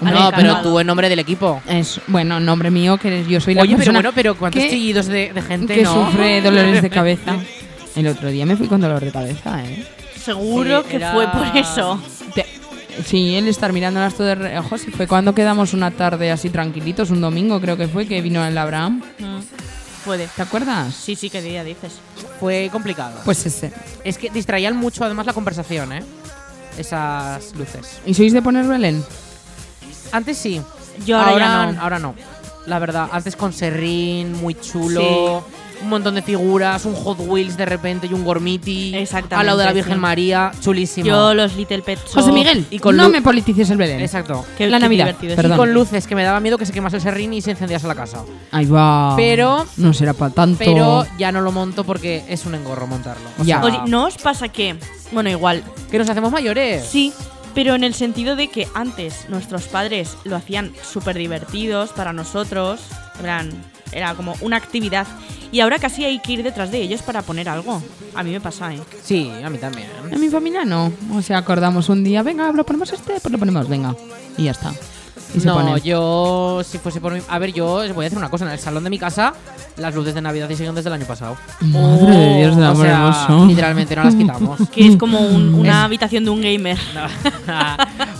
Speaker 3: Al
Speaker 2: No, pero
Speaker 3: encargado.
Speaker 2: tú en nombre del equipo.
Speaker 3: Es, bueno, nombre mío, que yo soy la
Speaker 2: Oye, pero
Speaker 3: persona
Speaker 2: bueno, pero ¿cuántos
Speaker 3: que-
Speaker 2: chillidos de, de gente
Speaker 3: que
Speaker 2: no?
Speaker 3: sufre dolores de cabeza. El otro día me fui con dolor de cabeza, ¿eh?
Speaker 4: Seguro
Speaker 2: Sí,
Speaker 4: que
Speaker 2: era-
Speaker 4: fue por eso.
Speaker 3: Te- Sí, el estar mirándolas todo de reojo. Sí, fue cuando quedamos una tarde así tranquilitos, un domingo creo que fue, que vino el Abraham.
Speaker 4: Mm. Puede.
Speaker 3: ¿Te acuerdas?
Speaker 4: Sí, sí, que día dices.
Speaker 2: Fue complicado.
Speaker 3: Pues ese.
Speaker 2: Es que distraían mucho además la conversación, ¿eh? Esas luces.
Speaker 3: ¿Y sois de poner Belén?
Speaker 2: Antes sí.
Speaker 4: Yo ahora, ya no.
Speaker 2: ahora no. La verdad, antes con serrín, muy chulo, un montón de figuras, un Hot Wheels de repente y un Gormiti.
Speaker 4: Exactamente,
Speaker 2: Al lado de la Virgen
Speaker 4: sí.
Speaker 2: María, chulísimo.
Speaker 4: Yo los Little Pet Shop.
Speaker 3: José Miguel,
Speaker 2: y con
Speaker 3: no
Speaker 2: lu-
Speaker 3: me politices el Belén.
Speaker 2: Exacto.
Speaker 4: Qué-
Speaker 3: la
Speaker 4: qué
Speaker 3: Navidad,
Speaker 4: divertido es.
Speaker 3: perdón.
Speaker 2: Y con luces, que me daba miedo que se quemase el serrín y se incendiase la casa.
Speaker 3: Ahí va.
Speaker 2: Pero-
Speaker 3: No será para tanto.
Speaker 2: Pero ya no lo monto porque es un engorro montarlo. O
Speaker 3: Ya.
Speaker 2: sea,
Speaker 4: Oye, ¿no os pasa que? Bueno, igual.
Speaker 2: que nos hacemos mayores.
Speaker 4: Sí, pero en el sentido de que antes nuestros padres lo hacían súper divertidos para nosotros. en plan, era como una actividad. Y ahora casi hay que ir detrás de ellos para poner algo. A mí me pasa, ¿eh?
Speaker 2: Sí, a mí también.
Speaker 3: A mi familia no. O sea, acordamos un día, venga, lo ponemos este, pues lo ponemos, venga. Y ya está. Y se
Speaker 2: no,
Speaker 3: ponen.
Speaker 2: yo, si fuese por mí. A ver, yo os voy a decir una cosa. En el salón de mi casa, las luces de Navidad sí siguen desde el año pasado.
Speaker 3: Madre de Dios, de
Speaker 2: o
Speaker 3: amor
Speaker 2: sea,
Speaker 3: hermoso.
Speaker 2: Literalmente no las quitamos.
Speaker 4: Que
Speaker 3: Mm.
Speaker 4: es como un- una habitación de un gamer.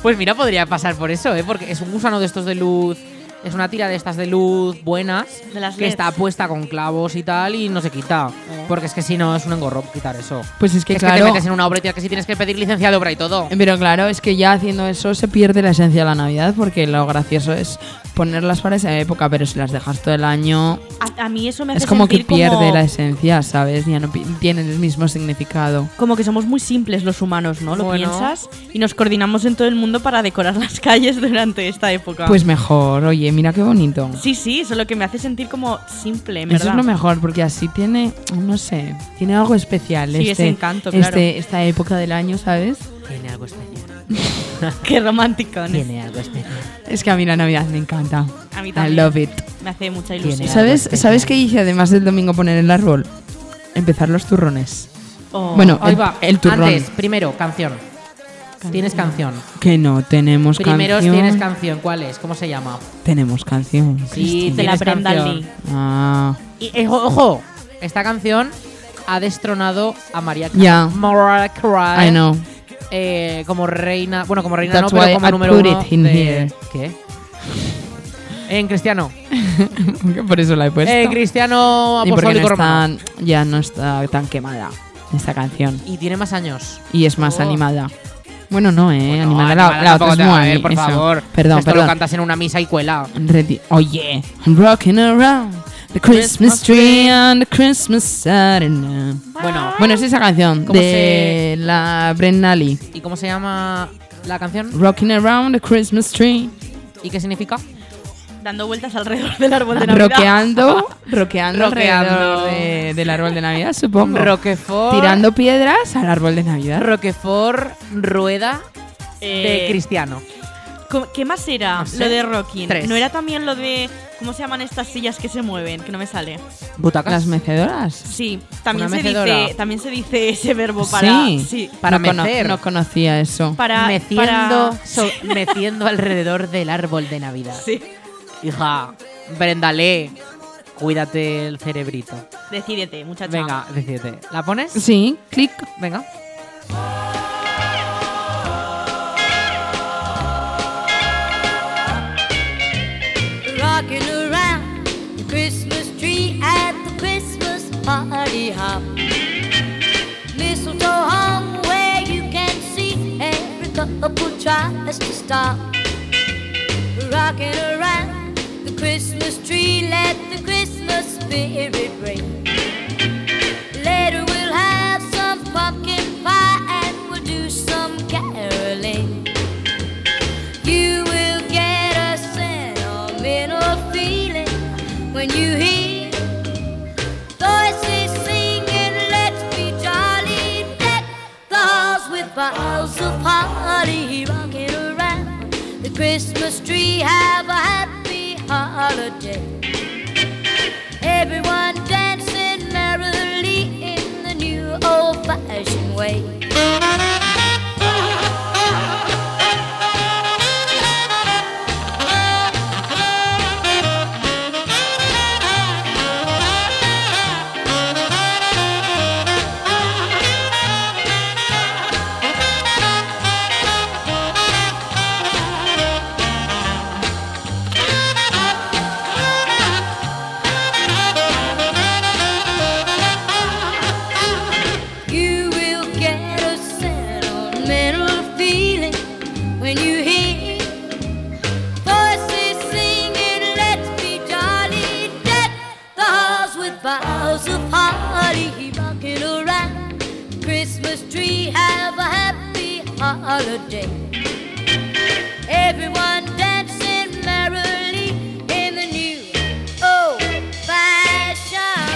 Speaker 2: pues mira, podría pasar por eso, ¿eh? Porque es un gusano de estos de luz. Es una tira de estas de luz buenas.
Speaker 4: De las
Speaker 2: que
Speaker 4: LEDs.
Speaker 2: está puesta con clavos y tal y no se quita. Porque es que si no, es un engorro quitar eso.
Speaker 3: Pues es Oh. que,
Speaker 2: es que
Speaker 3: claro.
Speaker 2: te metes en una obra y tienes que, si tienes que pedir licencia de obra y todo.
Speaker 3: Pero claro, es que ya haciendo eso se pierde la esencia de la Navidad porque lo gracioso es ponerlas para esa época, pero si las dejas todo el año
Speaker 4: A, a mí eso me hace
Speaker 3: es como que
Speaker 4: sentir
Speaker 3: pierde
Speaker 4: como,
Speaker 3: la esencia, ¿sabes? Ya no pi- tiene el mismo significado.
Speaker 4: como que somos muy simples los humanos, ¿no? ¿Lo
Speaker 2: Bueno.
Speaker 4: piensas? Y nos coordinamos en todo el mundo para decorar las calles durante esta época.
Speaker 3: Pues mejor, oye, mira qué bonito.
Speaker 4: Sí, sí, eso es lo que me hace sentir como simple, en
Speaker 3: Eso es
Speaker 4: ¿verdad?
Speaker 3: lo mejor porque así tiene, no sé, tiene algo especial.
Speaker 4: Sí, ese
Speaker 3: este,
Speaker 4: encanto, claro.
Speaker 3: este- esta época del año, ¿sabes?
Speaker 2: Tiene algo especial.
Speaker 4: Qué romántico. ¿no?
Speaker 2: Tiene algo especial.
Speaker 3: Es que a mí la Navidad me encanta.
Speaker 4: A mí
Speaker 3: I
Speaker 4: también.
Speaker 3: love it.
Speaker 4: Me hace mucha ilusión.
Speaker 2: Tiene.
Speaker 3: ¿Sabes,
Speaker 2: especial.
Speaker 3: ¿Sabes qué hice además del domingo poner el árbol? Empezar los turrones.
Speaker 4: Oh.
Speaker 3: Bueno,
Speaker 2: Ahí
Speaker 3: el,
Speaker 2: va.
Speaker 3: el turrón.
Speaker 2: Antes, primero, canción. Tienes canción.
Speaker 3: Que no tenemos
Speaker 2: Primero
Speaker 3: canción.
Speaker 2: tienes canción. ¿Cuál es? ¿Cómo se llama?
Speaker 3: tenemos canción.
Speaker 2: Sí,
Speaker 3: Cristina.
Speaker 4: te la
Speaker 2: tienes
Speaker 4: prenda
Speaker 2: canción.
Speaker 4: Lee.
Speaker 3: Ah,
Speaker 2: Y, eh, ojo, ojo, esta canción ha destronado a María
Speaker 3: Ya.
Speaker 2: Mariah Carey,
Speaker 3: I know.
Speaker 2: eh, como reina, bueno, como reina
Speaker 3: That's
Speaker 2: no, pero
Speaker 3: why
Speaker 2: como
Speaker 3: I
Speaker 2: número
Speaker 3: put
Speaker 2: uno
Speaker 3: it in
Speaker 2: de-
Speaker 3: here.
Speaker 2: ¿Qué? En cristiano.
Speaker 3: Que Por eso la he puesto.
Speaker 2: Eh, cristiano
Speaker 3: y porque no
Speaker 2: apostólico
Speaker 3: está-
Speaker 2: romano.
Speaker 3: ya no está tan quemada esta canción.
Speaker 2: Y tiene más años.
Speaker 3: Y es más
Speaker 2: Oh.
Speaker 3: animada. Bueno, no, eh.
Speaker 2: Bueno,
Speaker 3: animada, la- la,
Speaker 2: animada
Speaker 3: otra
Speaker 2: tampoco
Speaker 3: es
Speaker 2: te va a
Speaker 3: muy-
Speaker 2: ver, por
Speaker 3: eso.
Speaker 2: favor.
Speaker 3: Perdón,
Speaker 2: Esto lo
Speaker 3: perdón.
Speaker 2: cantas en una misa y cuela.
Speaker 3: Reti- Oye, I'm rocking around. The Christmas tree and the Christmas Saturday.
Speaker 2: Bueno,
Speaker 3: Bueno, es esa canción
Speaker 2: ¿Cómo
Speaker 3: de la Brenna Lee.
Speaker 2: ¿y cómo se llama la canción?
Speaker 3: Rocking around the Christmas tree.
Speaker 2: ¿Y qué significa?
Speaker 4: Dando vueltas alrededor del árbol de Navidad.
Speaker 3: Roqueando, roqueando
Speaker 2: Roqueando.
Speaker 3: alrededor de- del árbol de Navidad, supongo.
Speaker 2: Roquefort.
Speaker 3: Tirando piedras al árbol de Navidad.
Speaker 2: Roquefort, rueda de
Speaker 4: Eh,
Speaker 2: Cristiano.
Speaker 4: ¿cómo- ¿Qué más era
Speaker 2: No sé.
Speaker 4: lo de Rocking?
Speaker 2: Tres.
Speaker 4: ¿No era también lo de. ¿Cómo se llaman estas sillas que se mueven? Que no me sale.
Speaker 2: Butacas.
Speaker 3: Las mecedoras.
Speaker 4: Sí, también,
Speaker 2: Una
Speaker 4: se dice,
Speaker 2: mecedora.
Speaker 4: también se dice ese verbo para.
Speaker 3: Sí.
Speaker 2: Para
Speaker 3: no, cono-
Speaker 2: mecer.
Speaker 3: no conocía eso.
Speaker 4: Para.
Speaker 2: meciendo,
Speaker 4: para-
Speaker 2: so- meciendo alrededor del árbol de Navidad.
Speaker 4: Sí.
Speaker 2: Hija, Brendalé, cuídate el cerebrito.
Speaker 4: Decídete, muchacha.
Speaker 2: Venga, decídete. ¿La pones?
Speaker 3: Sí, clic.
Speaker 2: Venga.
Speaker 1: Rocking around the Christmas tree at the Christmas party hop. Mistletoe hung where you can see every couple tries to stop. Rocking around the Christmas tree, let the Christmas spirit ring. Later we'll have some pumpkin pie and we'll do some caroling. You will get a sentimental feeling when you hear voices singing, let's be jolly, deck the halls with boughs of holly rocking around the Christmas tree. Have a happy holiday. Everyone dancing merrily in the new old-fashioned way. You will get a sentimental feeling when you hear voices singing, Let's be jolly, deck the halls with boughs of holly, rocking around the Christmas tree. Have a happy holiday. Everyone dancing merrily in the new old fashioned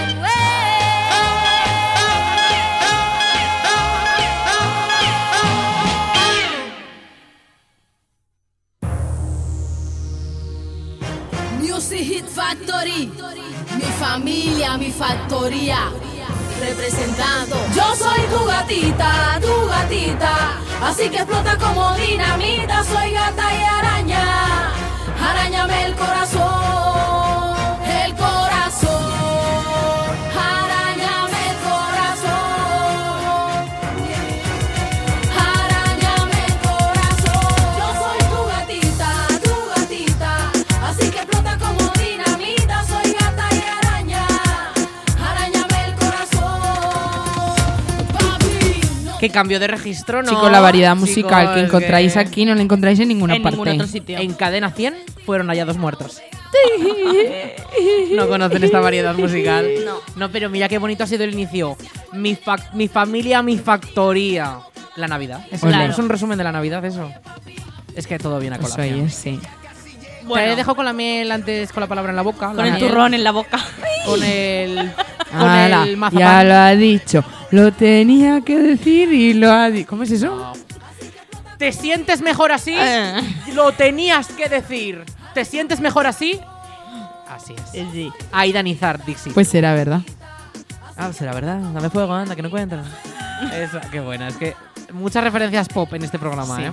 Speaker 1: way.
Speaker 9: Music Hit Factory. Mi familia, mi factoría. Representando. Yo soy tu gatita, tu gatita. Así que explota como dinamita. Soy gata y araña. Arañame el corazón. El corazón. Arañame el corazón. Arañame el corazón. Yo soy tu gatita, tu gatita. Así que explota como dinamita. Soy gata y araña. Arañame el corazón. Papi, no
Speaker 2: Que cambio de registro, ¿no?
Speaker 3: Chicos, la variedad musical que
Speaker 2: Chicos,
Speaker 3: encontráis
Speaker 2: que
Speaker 3: aquí no la encontráis en ninguna
Speaker 4: en
Speaker 3: parte.
Speaker 4: ningún otro sitio.
Speaker 2: En cadena 100 fueron hallados muertos. no conocen esta variedad musical. No. pero mira qué bonito ha sido el inicio. Mi, fa- mi familia, mi factoría. La Navidad. Es,
Speaker 3: Claro.
Speaker 2: es un resumen de la Navidad, eso. Es que todo viene a
Speaker 3: Eso
Speaker 2: colación.
Speaker 3: Pues ahí es, sí.
Speaker 2: Te
Speaker 4: Bueno,
Speaker 2: dejo con la miel antes, con la palabra en la boca.
Speaker 4: con
Speaker 2: la
Speaker 4: el
Speaker 2: miel,
Speaker 4: turrón en la boca.
Speaker 2: Con el. Con
Speaker 3: Ala,
Speaker 2: el
Speaker 3: ya
Speaker 2: mazapán.
Speaker 3: lo ha dicho. Lo tenía que decir y lo ha dicho. ¿Cómo es eso?
Speaker 2: ¿Te sientes mejor así?
Speaker 3: Eh.
Speaker 2: Lo tenías que decir. ¿Te sientes mejor así? Así es.
Speaker 4: Sí.
Speaker 2: Aida Nizar, Dixie.
Speaker 3: Pues será verdad.
Speaker 2: Ah, será verdad. Dame fuego, anda, que no encuentran. Eso, qué buena. Es que muchas referencias pop en este programa,
Speaker 3: Sí.
Speaker 2: ¿eh?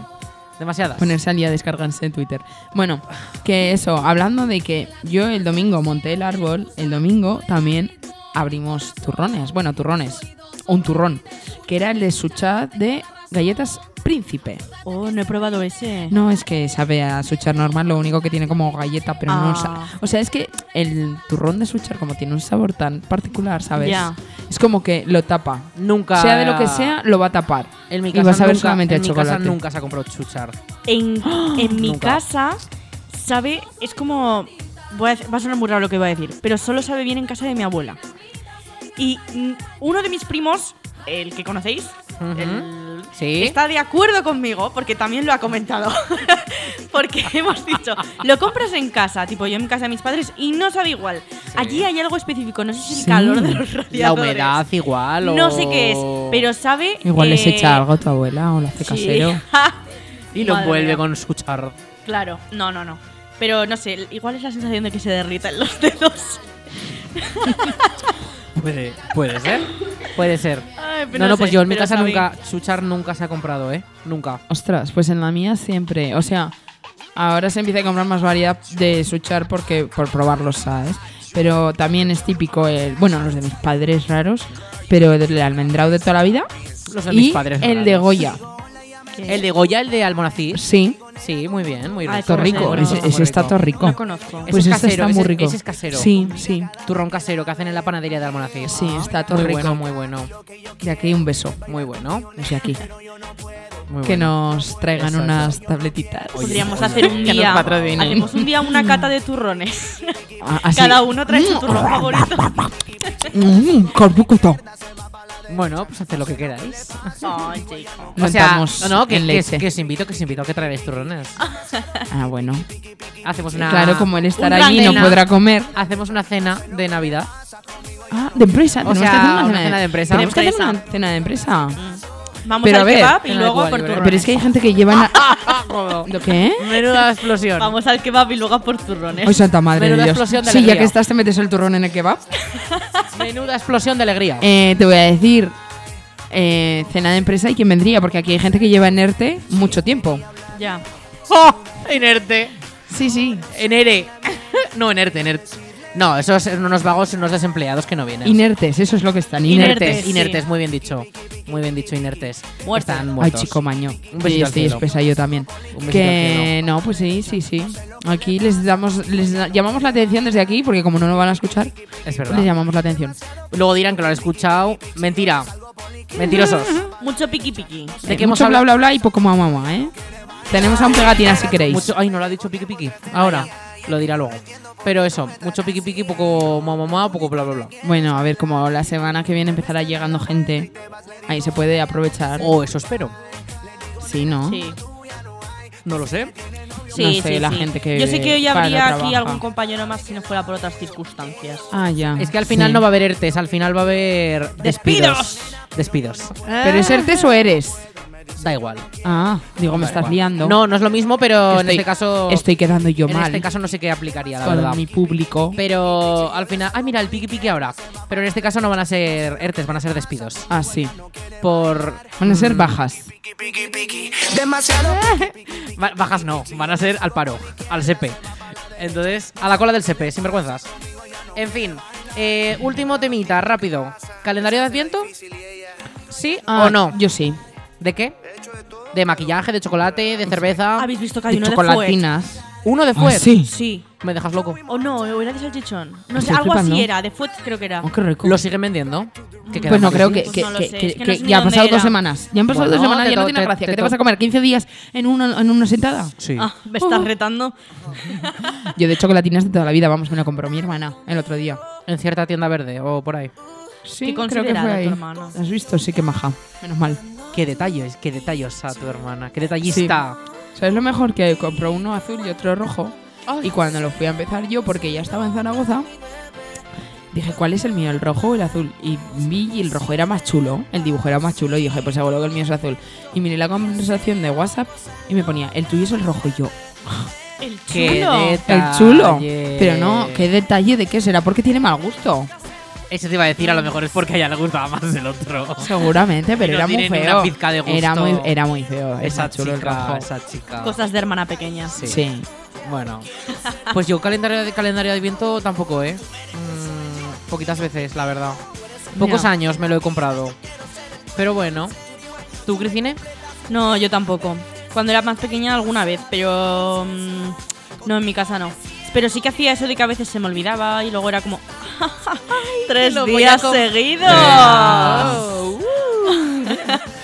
Speaker 2: Demasiadas.
Speaker 3: Ponerse al día, descargarse en Twitter. Bueno, que eso, hablando de que yo el domingo monté el árbol, el domingo también abrimos turrones. Bueno, turrones. Un turrón. Que era el de suchar de galletas príncipe.
Speaker 4: Oh, no he probado ese.
Speaker 3: No, es que sabe a suchar normal, lo único que tiene como galleta, pero no... sa-
Speaker 4: Ah.
Speaker 3: O sea, es que el turrón de suchar como tiene un sabor tan particular, ¿sabes?
Speaker 4: Ya.
Speaker 3: Es como que lo tapa.
Speaker 2: Nunca.
Speaker 3: Sea de lo que sea, lo va a tapar.
Speaker 2: En mi
Speaker 3: Y
Speaker 2: casa,
Speaker 3: vas a ver
Speaker 2: nunca,
Speaker 3: solamente
Speaker 2: en
Speaker 3: a
Speaker 2: mi
Speaker 3: chocolate.
Speaker 2: casa nunca se ha comprado chuchar.
Speaker 4: En, en mi
Speaker 2: Nunca.
Speaker 4: casa, sabe, es como voy a dec- va a sonar muy raro lo que voy a decir, pero solo sabe bien en casa de mi abuela. Y mm, uno de mis primos, el que conocéis,
Speaker 2: Ujú.
Speaker 4: el-
Speaker 2: Sí.
Speaker 4: está de acuerdo conmigo porque también lo ha comentado. porque hemos dicho, lo compras en casa, tipo yo en casa de mis padres y no sabe igual. Allí hay algo específico, no sé si el
Speaker 3: Sí.
Speaker 4: calor de los
Speaker 2: Mm. La
Speaker 4: radiadores.
Speaker 2: humedad igual o...
Speaker 4: No sé qué es, pero sabe.
Speaker 3: Igual les
Speaker 4: eh,
Speaker 3: echa algo a tu abuela o lo hace
Speaker 4: sí.
Speaker 3: casero.
Speaker 2: Y lo
Speaker 4: Madre
Speaker 2: envuelve
Speaker 4: mía.
Speaker 2: con escuchar.
Speaker 4: Claro, no, no, no. Pero no sé, igual es la sensación de que se derritan los dedos.
Speaker 2: Puede, puede ser. Puede ser.
Speaker 4: Ay, pero
Speaker 2: No, no, pues
Speaker 4: sé,
Speaker 2: yo en mi
Speaker 4: pero
Speaker 2: casa
Speaker 4: sabe-
Speaker 2: nunca, chuchar nunca se ha comprado, ¿eh? Nunca.
Speaker 3: Ostras, pues en la mía siempre. O sea, ahora se empieza a comprar más variedad de suchar porque por probarlos, ¿sabes? Pero también es típico el. Bueno, los de mis padres raros, pero el de almendrado de toda la vida.
Speaker 2: Los de
Speaker 3: y
Speaker 2: mis padres.
Speaker 3: El
Speaker 2: raros.
Speaker 3: de Goya.
Speaker 4: ¿Qué?
Speaker 2: El de Goya, el de Almonacid.
Speaker 3: Sí,
Speaker 2: Sí, muy bien, muy rico.
Speaker 4: Ay,
Speaker 3: todo
Speaker 4: ¿cómo se
Speaker 3: rico.
Speaker 4: llama?
Speaker 3: Ese,
Speaker 4: Está
Speaker 3: ese
Speaker 2: muy
Speaker 3: está todo rico.
Speaker 4: No conozco.
Speaker 2: Ese
Speaker 3: Pues
Speaker 2: es
Speaker 3: este
Speaker 2: casero,
Speaker 3: está muy
Speaker 2: ese-
Speaker 3: rico.
Speaker 2: ese es casero.
Speaker 3: Sí, sí.
Speaker 2: Turrón casero que hacen en la panadería de Almonacid.
Speaker 3: Sí, está todo
Speaker 2: muy
Speaker 3: rico.
Speaker 2: bueno, muy bueno,
Speaker 3: De aquí un beso.
Speaker 2: muy bueno.
Speaker 3: Desde aquí.
Speaker 2: muy
Speaker 3: Que
Speaker 2: bueno.
Speaker 3: nos traigan
Speaker 2: Exacto.
Speaker 3: unas tabletitas.
Speaker 4: Podríamos hacer un
Speaker 3: que nos
Speaker 4: día.
Speaker 3: patrocinen.
Speaker 4: Hacemos un día una cata de turrones.
Speaker 3: A- así.
Speaker 4: Cada uno trae su turrón favorito.
Speaker 3: Mm, corbucuto.
Speaker 2: Bueno, pues haced lo que queráis.
Speaker 4: Ay, chico.
Speaker 2: O sea,
Speaker 3: Montamos
Speaker 2: no, no, que,
Speaker 3: en
Speaker 2: que os-
Speaker 3: leche.
Speaker 2: que os invito, que os invito a que traigáis turrones.
Speaker 3: Ah, bueno.
Speaker 2: Hacemos una
Speaker 3: Claro, como él estará
Speaker 2: una
Speaker 3: allí y no
Speaker 2: cena.
Speaker 3: podrá comer.
Speaker 2: Hacemos una cena de Navidad.
Speaker 3: Ah, de empresa.
Speaker 2: O
Speaker 3: Tenemos
Speaker 2: sea,
Speaker 3: que hacer una,
Speaker 2: una
Speaker 3: cena,
Speaker 2: cena de empresa.
Speaker 3: Tenemos que hacer
Speaker 4: Empresa.
Speaker 3: una cena de empresa.
Speaker 4: Vamos
Speaker 3: Pero a
Speaker 4: al
Speaker 3: ver,
Speaker 4: kebab y
Speaker 2: en
Speaker 4: luego
Speaker 2: alcohol,
Speaker 4: por
Speaker 2: yo creo.
Speaker 4: turrones.
Speaker 3: Pero es que hay gente que lleva... ¿Lo qué?
Speaker 2: Menuda explosión.
Speaker 4: Vamos al kebab y luego por turrones.
Speaker 3: Ay, santa madre
Speaker 2: Menuda
Speaker 3: de Dios.
Speaker 2: explosión de
Speaker 3: sí, ya
Speaker 2: alegría.
Speaker 3: que estás te metes el turrón en el kebab.
Speaker 2: Menuda explosión de alegría.
Speaker 3: Eh, te voy a decir eh, cena de empresa y quién vendría, porque aquí hay gente que lleva en ERTE mucho tiempo.
Speaker 4: Ya.
Speaker 2: ¡Oh! Inerte.
Speaker 3: Sí, sí.
Speaker 2: Enere. no, enerte, enerte. No, esos son unos vagos y unos desempleados que no vienen.
Speaker 3: Inertes, eso es lo que están.
Speaker 4: Inertes.
Speaker 3: Inertes.
Speaker 2: inertes,
Speaker 4: sí.
Speaker 2: inertes, muy bien dicho. Muy bien dicho, inertes.
Speaker 4: Muertos.
Speaker 2: Están
Speaker 3: Ay,
Speaker 2: muertos.
Speaker 3: chico maño.
Speaker 2: Un besito
Speaker 3: Sí,
Speaker 2: al
Speaker 3: estoy
Speaker 2: cielo.
Speaker 3: espesa yo también.
Speaker 2: Un besito al
Speaker 3: Que no, pues sí, sí, sí. Aquí les damos, les da- llamamos la atención desde aquí, porque como no lo van a escuchar,
Speaker 2: Es
Speaker 3: les
Speaker 2: verdad.
Speaker 3: llamamos la atención.
Speaker 2: Luego dirán que lo han escuchado. Mentira. Mentirosos.
Speaker 4: Mucho piqui piqui.
Speaker 2: ¿De
Speaker 3: Eh,
Speaker 2: qué hemos
Speaker 3: mucho bla
Speaker 2: hablado?
Speaker 3: bla bla y poco mamá, mamá, ¿eh? Tenemos a un pegatina si queréis.
Speaker 2: Mucho, ay, no lo ha dicho piqui piqui. Ahora, lo dirá luego. Pero eso, mucho piqui piqui, poco mamá, mamá, poco bla bla bla.
Speaker 3: Bueno, a ver, como la semana que viene empezará llegando gente, ahí se puede aprovechar.
Speaker 2: O eso espero.
Speaker 3: Sí, ¿no?
Speaker 4: Sí.
Speaker 2: No lo sé.
Speaker 4: Sí,
Speaker 3: sé,
Speaker 4: sí,
Speaker 3: la
Speaker 4: sí.
Speaker 3: gente que
Speaker 4: Yo sé que hoy
Speaker 3: para,
Speaker 4: habría aquí
Speaker 3: trabaja.
Speaker 4: algún compañero más si no fuera por otras circunstancias.
Speaker 3: Ah, ya.
Speaker 2: Es que al final
Speaker 3: Sí.
Speaker 2: no va a haber ERTES, al final va a haber despidos. Despidos.
Speaker 3: ¿Pero es ERTES o eres?
Speaker 2: Da igual.
Speaker 3: Ah, digo, me
Speaker 2: Da
Speaker 3: estás
Speaker 2: igual.
Speaker 3: liando.
Speaker 2: No, no es lo mismo, pero en
Speaker 3: Estoy-
Speaker 2: este caso.
Speaker 3: Estoy quedando yo
Speaker 2: en
Speaker 3: mal
Speaker 2: este caso no sé qué aplicaría, la
Speaker 3: con
Speaker 2: verdad.
Speaker 3: mi público.
Speaker 2: Pero al final. Ay, mira, el piqui piqui ahora. Pero en este caso no van a ser ERTES, van a ser despidos.
Speaker 3: Ah, sí.
Speaker 2: Por.
Speaker 3: Van a
Speaker 2: Mm.
Speaker 3: ser bajas.
Speaker 7: Demasiado
Speaker 2: Ba- Bajas no, van a ser al paro, al CP. Entonces, a la cola del CP, sin vergüenzas. En fin, eh, último temita, rápido. ¿Calendario de Adviento? ¿Sí
Speaker 3: Ah,
Speaker 2: o no?
Speaker 3: Yo sí.
Speaker 2: ¿De qué? ¿De maquillaje, de chocolate, Ah, de cerveza?
Speaker 4: ¿Habéis visto que hay
Speaker 3: De
Speaker 4: uno de fuet?
Speaker 3: chocolatinas.
Speaker 2: ¿Uno de fuet?
Speaker 3: Ah, sí.
Speaker 4: Sí.
Speaker 2: Me dejas loco.
Speaker 4: O no, o era de salchichón. No sé,
Speaker 3: Estoy
Speaker 4: algo
Speaker 3: flipando.
Speaker 4: así era. De fuet creo que era.
Speaker 3: Oh, qué rico.
Speaker 2: ¿Lo siguen vendiendo? Que queda
Speaker 3: Pues no
Speaker 2: más
Speaker 3: creo
Speaker 2: sí.
Speaker 3: que,
Speaker 4: Pues
Speaker 3: que-
Speaker 4: no lo
Speaker 3: que-
Speaker 4: sé,
Speaker 3: que-
Speaker 4: es que no
Speaker 3: que
Speaker 4: sé ni
Speaker 3: ya han
Speaker 4: dónde
Speaker 3: pasado
Speaker 4: era.
Speaker 3: dos semanas. Ya han pasado
Speaker 2: Bueno,
Speaker 3: dos semanas,
Speaker 2: te
Speaker 3: ya no
Speaker 2: to-
Speaker 3: tienes
Speaker 2: te-
Speaker 3: gracia.
Speaker 2: te
Speaker 3: ¿Qué te
Speaker 2: to-
Speaker 3: vas a comer? ¿15 días en una, en una sentada?
Speaker 2: Sí.
Speaker 4: Ah, me estás retando.
Speaker 3: Yo de chocolatinas de toda la vida, vamos, me lo compró mi hermana el otro día.
Speaker 2: En cierta tienda verde o por ahí.
Speaker 3: Sí, creo que
Speaker 4: considerada
Speaker 3: fue
Speaker 4: tu
Speaker 3: ahí.
Speaker 4: hermana.
Speaker 3: ¿Has visto? Sí, que maja. Menos mal.
Speaker 2: Qué detalles, qué detallos a tu hermana. Qué detallista.
Speaker 3: ¿Sabes lo mejor? Que compró uno azul y otro rojo. Y cuando lo fui a empezar yo, porque ya estaba en Zaragoza, dije, ¿cuál es el mío? ¿El rojo o el azul? Y vi y el rojo era más chulo, el dibujo era más chulo, y dije, pues seguro que el mío es azul. Y miré la conversación de WhatsApp y me ponía, el tuyo es el rojo, y yo,
Speaker 4: El
Speaker 2: Qué
Speaker 4: chulo.
Speaker 3: el chulo. Pero no, qué detalle de qué será, porque tiene mal gusto.
Speaker 2: Eso te iba a decir, a lo mejor es porque a ella le gustaba más el otro.
Speaker 3: Seguramente, pero
Speaker 2: no
Speaker 3: era muy
Speaker 2: tiene ni
Speaker 3: feo.
Speaker 2: una pizca de gusto.
Speaker 3: Era muy, era muy feo,
Speaker 2: Esa
Speaker 3: esa chulo el rojo.
Speaker 2: chica, esa chica.
Speaker 4: Cosas de hermana pequeña.
Speaker 2: Sí.
Speaker 3: Sí.
Speaker 2: Bueno. Pues yo calendario de calendario de viento tampoco, ¿eh? Mm, poquitas veces, la verdad. Pocos
Speaker 3: Ya.
Speaker 2: años me lo he comprado. Pero bueno. ¿Tú, Cricine?
Speaker 4: No, yo tampoco. Cuando era más pequeña alguna vez, pero mm, no en mi casa no. Pero sí que hacía eso de que a veces se me olvidaba y luego era como tres
Speaker 2: lo voy a
Speaker 4: días
Speaker 2: com-
Speaker 4: seguidos.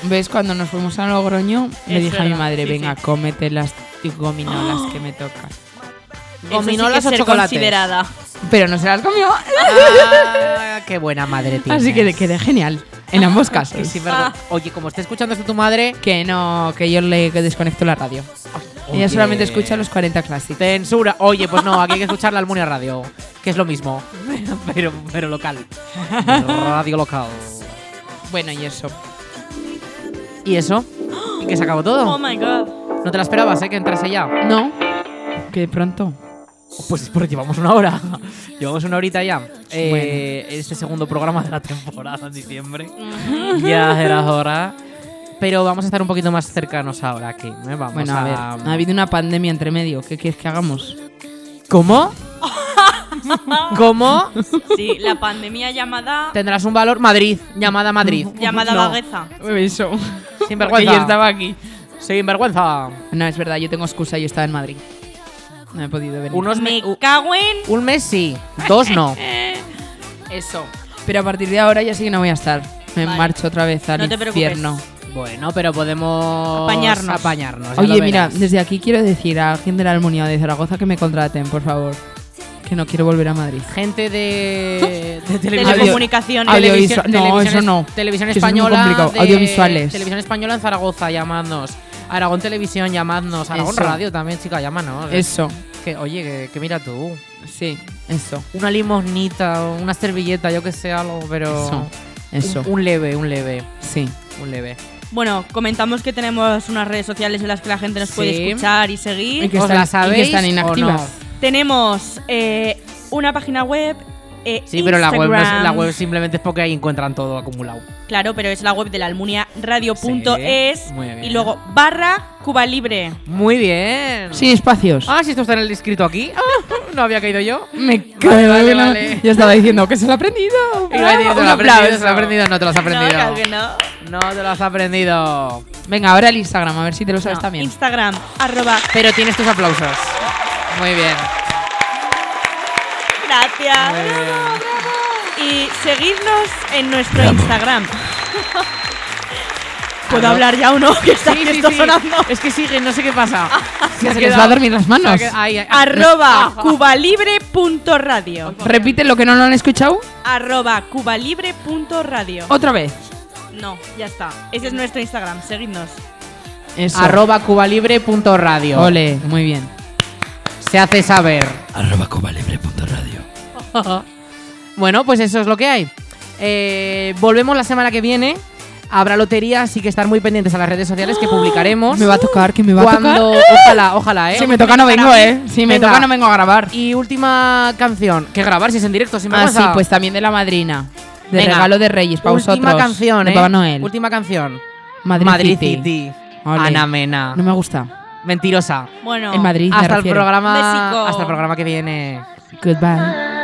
Speaker 3: ¿Ves? Cuando nos fuimos a Logroño, le
Speaker 4: Es
Speaker 3: dije a mi
Speaker 4: verdad,
Speaker 3: madre,
Speaker 4: sí,
Speaker 3: venga,
Speaker 4: sí.
Speaker 2: ¡Ah!
Speaker 3: cómete las gominolas que me tocan.
Speaker 4: Eso sí que
Speaker 2: Gominolas
Speaker 4: es
Speaker 2: o
Speaker 4: ser
Speaker 2: chocolates.
Speaker 4: considerada.
Speaker 3: Pero no se las comió.
Speaker 2: Ah, qué buena madre tienes.
Speaker 3: Así que le quedé genial. En ambos casos.
Speaker 2: Que sí, vergüenza. Oye, como está escuchando esto tu madre,
Speaker 3: Que no, que yo le desconecto la radio. Ella
Speaker 2: Oye.
Speaker 3: solamente escucha los 40 Classic.
Speaker 2: censura. Oye, pues no, aquí hay que escuchar la Almunia Radio, que es lo mismo, pero, pero local. Radio local.
Speaker 3: Bueno, y eso.
Speaker 2: ¿Y eso? ¿Y que se acabó
Speaker 4: Oh
Speaker 2: todo?
Speaker 4: my god.
Speaker 2: No te la esperabas, ¿eh? Que entrase ya.
Speaker 3: No, que de pronto.
Speaker 2: Pues es porque llevamos una hora. llevamos una horita ya. Eh, Este segundo programa de la temporada en diciembre. ya era hora. Pero vamos a estar un poquito más cercanos ahora aquí. ¿eh? Vamos
Speaker 3: Bueno, a ver, ha habido una pandemia entre medio. ¿Qué quieres que hagamos?
Speaker 2: ¿Cómo? ¿Cómo?
Speaker 4: Sí, la pandemia llamada.
Speaker 2: Tendrás un valor Madrid, llamada Madrid.
Speaker 4: llamada
Speaker 2: No,
Speaker 4: vagueza.
Speaker 3: Eso.
Speaker 2: Sin
Speaker 3: Porque
Speaker 2: vergüenza.
Speaker 3: yo estaba aquí.
Speaker 2: Sin vergüenza.
Speaker 3: No, es verdad, yo tengo excusa, yo estaba en Madrid. No he podido venir.
Speaker 2: Unos
Speaker 4: Me
Speaker 2: me- u-
Speaker 4: cago en.
Speaker 2: un mes sí, dos no.
Speaker 3: Eso. Pero a partir de ahora ya sí que no voy a estar. Me
Speaker 4: Vale.
Speaker 3: marcho otra vez al
Speaker 4: No te preocupes.
Speaker 3: infierno.
Speaker 2: bueno, pero podemos
Speaker 4: Apañarnos.
Speaker 2: apañarnos, ya
Speaker 3: Oye,
Speaker 2: lo
Speaker 3: mira,
Speaker 2: verás.
Speaker 3: desde aquí quiero decir a la gente de la Almunia o de Zaragoza que me contraten, por favor. Que no quiero volver a Madrid.
Speaker 2: gente de, de televisión.
Speaker 4: Telecomunicaciones.
Speaker 3: Audio-
Speaker 2: televisión-
Speaker 3: audiovisual- no,
Speaker 2: televisión-
Speaker 3: eso no.
Speaker 2: Televisión
Speaker 3: Eso es muy
Speaker 2: española.
Speaker 3: complicado.
Speaker 2: de-
Speaker 3: Audiovisuales.
Speaker 2: Televisión española en Zaragoza, llamadnos. Aragón Televisión, llamadnos. Aragón
Speaker 3: Eso.
Speaker 2: Radio también, chica, llámanos.
Speaker 3: Eso.
Speaker 2: que, oye, que, que mira tú.
Speaker 3: Sí, eso.
Speaker 2: Una limosnita, o una servilleta, yo que sé, algo, pero.
Speaker 3: Eso. Eso.
Speaker 2: Un, un leve, un leve,
Speaker 3: Sí.
Speaker 2: un leve.
Speaker 4: Bueno, comentamos que tenemos unas redes sociales en las que la gente nos puede
Speaker 2: Sí.
Speaker 4: escuchar y seguir.
Speaker 3: Y que
Speaker 2: ¿Os
Speaker 3: están,
Speaker 2: la
Speaker 3: y
Speaker 2: sabéis
Speaker 3: que están
Speaker 2: o
Speaker 3: inactivas.
Speaker 2: no?
Speaker 4: Tenemos eh, una página web. eh,
Speaker 2: Sí, pero la web, no es- la
Speaker 4: Instagram.
Speaker 2: web simplemente es porque ahí encuentran todo acumulado.
Speaker 4: Claro, pero es la web de la almuniaradio.es
Speaker 2: Sí, muy bien.
Speaker 4: y luego barra Cuba Libre.
Speaker 2: Muy bien.
Speaker 3: Sí, espacios.
Speaker 2: Ah, si esto está en el escrito aquí. Ah, no había caído yo.
Speaker 3: me cae
Speaker 2: vale,
Speaker 3: la-
Speaker 2: vale.
Speaker 3: Yo estaba diciendo que se lo ha aprendido.
Speaker 2: Y lo he dicho, te
Speaker 3: Ah, Un
Speaker 2: lo has aprendido,
Speaker 3: aplauso.
Speaker 2: te lo has aprendido, no te lo has
Speaker 4: claro que
Speaker 2: aprendido. No
Speaker 4: no.
Speaker 2: te lo has aprendido.
Speaker 3: Venga, ahora el Instagram, a ver si te lo sabes
Speaker 4: No,
Speaker 3: también.
Speaker 4: Instagram, arroba.
Speaker 2: Pero tienes tus aplausos. Muy bien.
Speaker 4: Gracias. Y seguidnos en nuestro Instagram. ¿Puedo
Speaker 2: Claro.
Speaker 4: hablar ya o no? Que está, que está sonando.
Speaker 2: Es que sigue, no sé qué pasa.
Speaker 3: Se, les
Speaker 2: quedado-
Speaker 3: va a dormir las manos.
Speaker 2: Se ha quedado- ay, ay, ay.
Speaker 4: Arroba cubalibre.radio.
Speaker 3: Repite lo que no lo han escuchado
Speaker 4: Arroba cubalibre.radio.
Speaker 3: otra vez.
Speaker 4: No, ya está. Ese es nuestro Instagram. Seguidnos.
Speaker 3: Eso.
Speaker 2: Arroba cubalibre.radio.
Speaker 3: Ole, muy bien.
Speaker 2: Se hace saber.
Speaker 5: Arroba cobalibre.radio.
Speaker 2: Bueno, pues eso es lo que hay. Eh, volvemos la semana que viene. Habrá lotería, así que estar muy pendientes a las redes sociales que publicaremos.
Speaker 3: Me va a tocar, que me va a tocar.
Speaker 2: cuando, ojalá, ojalá, eh.
Speaker 3: Si me toca no vengo, eh. Si me
Speaker 2: Venga.
Speaker 3: toca no vengo a grabar.
Speaker 2: Y última canción, que grabar si es en directo, sin
Speaker 3: Ah, sí,
Speaker 2: vergüenza.
Speaker 3: pues también de la madrina. De
Speaker 2: Venga.
Speaker 3: regalo de Reyes para
Speaker 2: última
Speaker 3: vosotros.
Speaker 2: canción,
Speaker 3: de
Speaker 2: eh.
Speaker 3: Papá Noel.
Speaker 2: Última canción.
Speaker 3: Madrid, City. Ole.
Speaker 2: Ana Mena.
Speaker 3: No me gusta.
Speaker 2: Mentirosa.
Speaker 4: Bueno.
Speaker 3: En Madrid, me
Speaker 2: Hasta el
Speaker 3: refiero.
Speaker 2: programa.
Speaker 4: Besico.
Speaker 2: Hasta el programa que viene.
Speaker 3: Goodbye.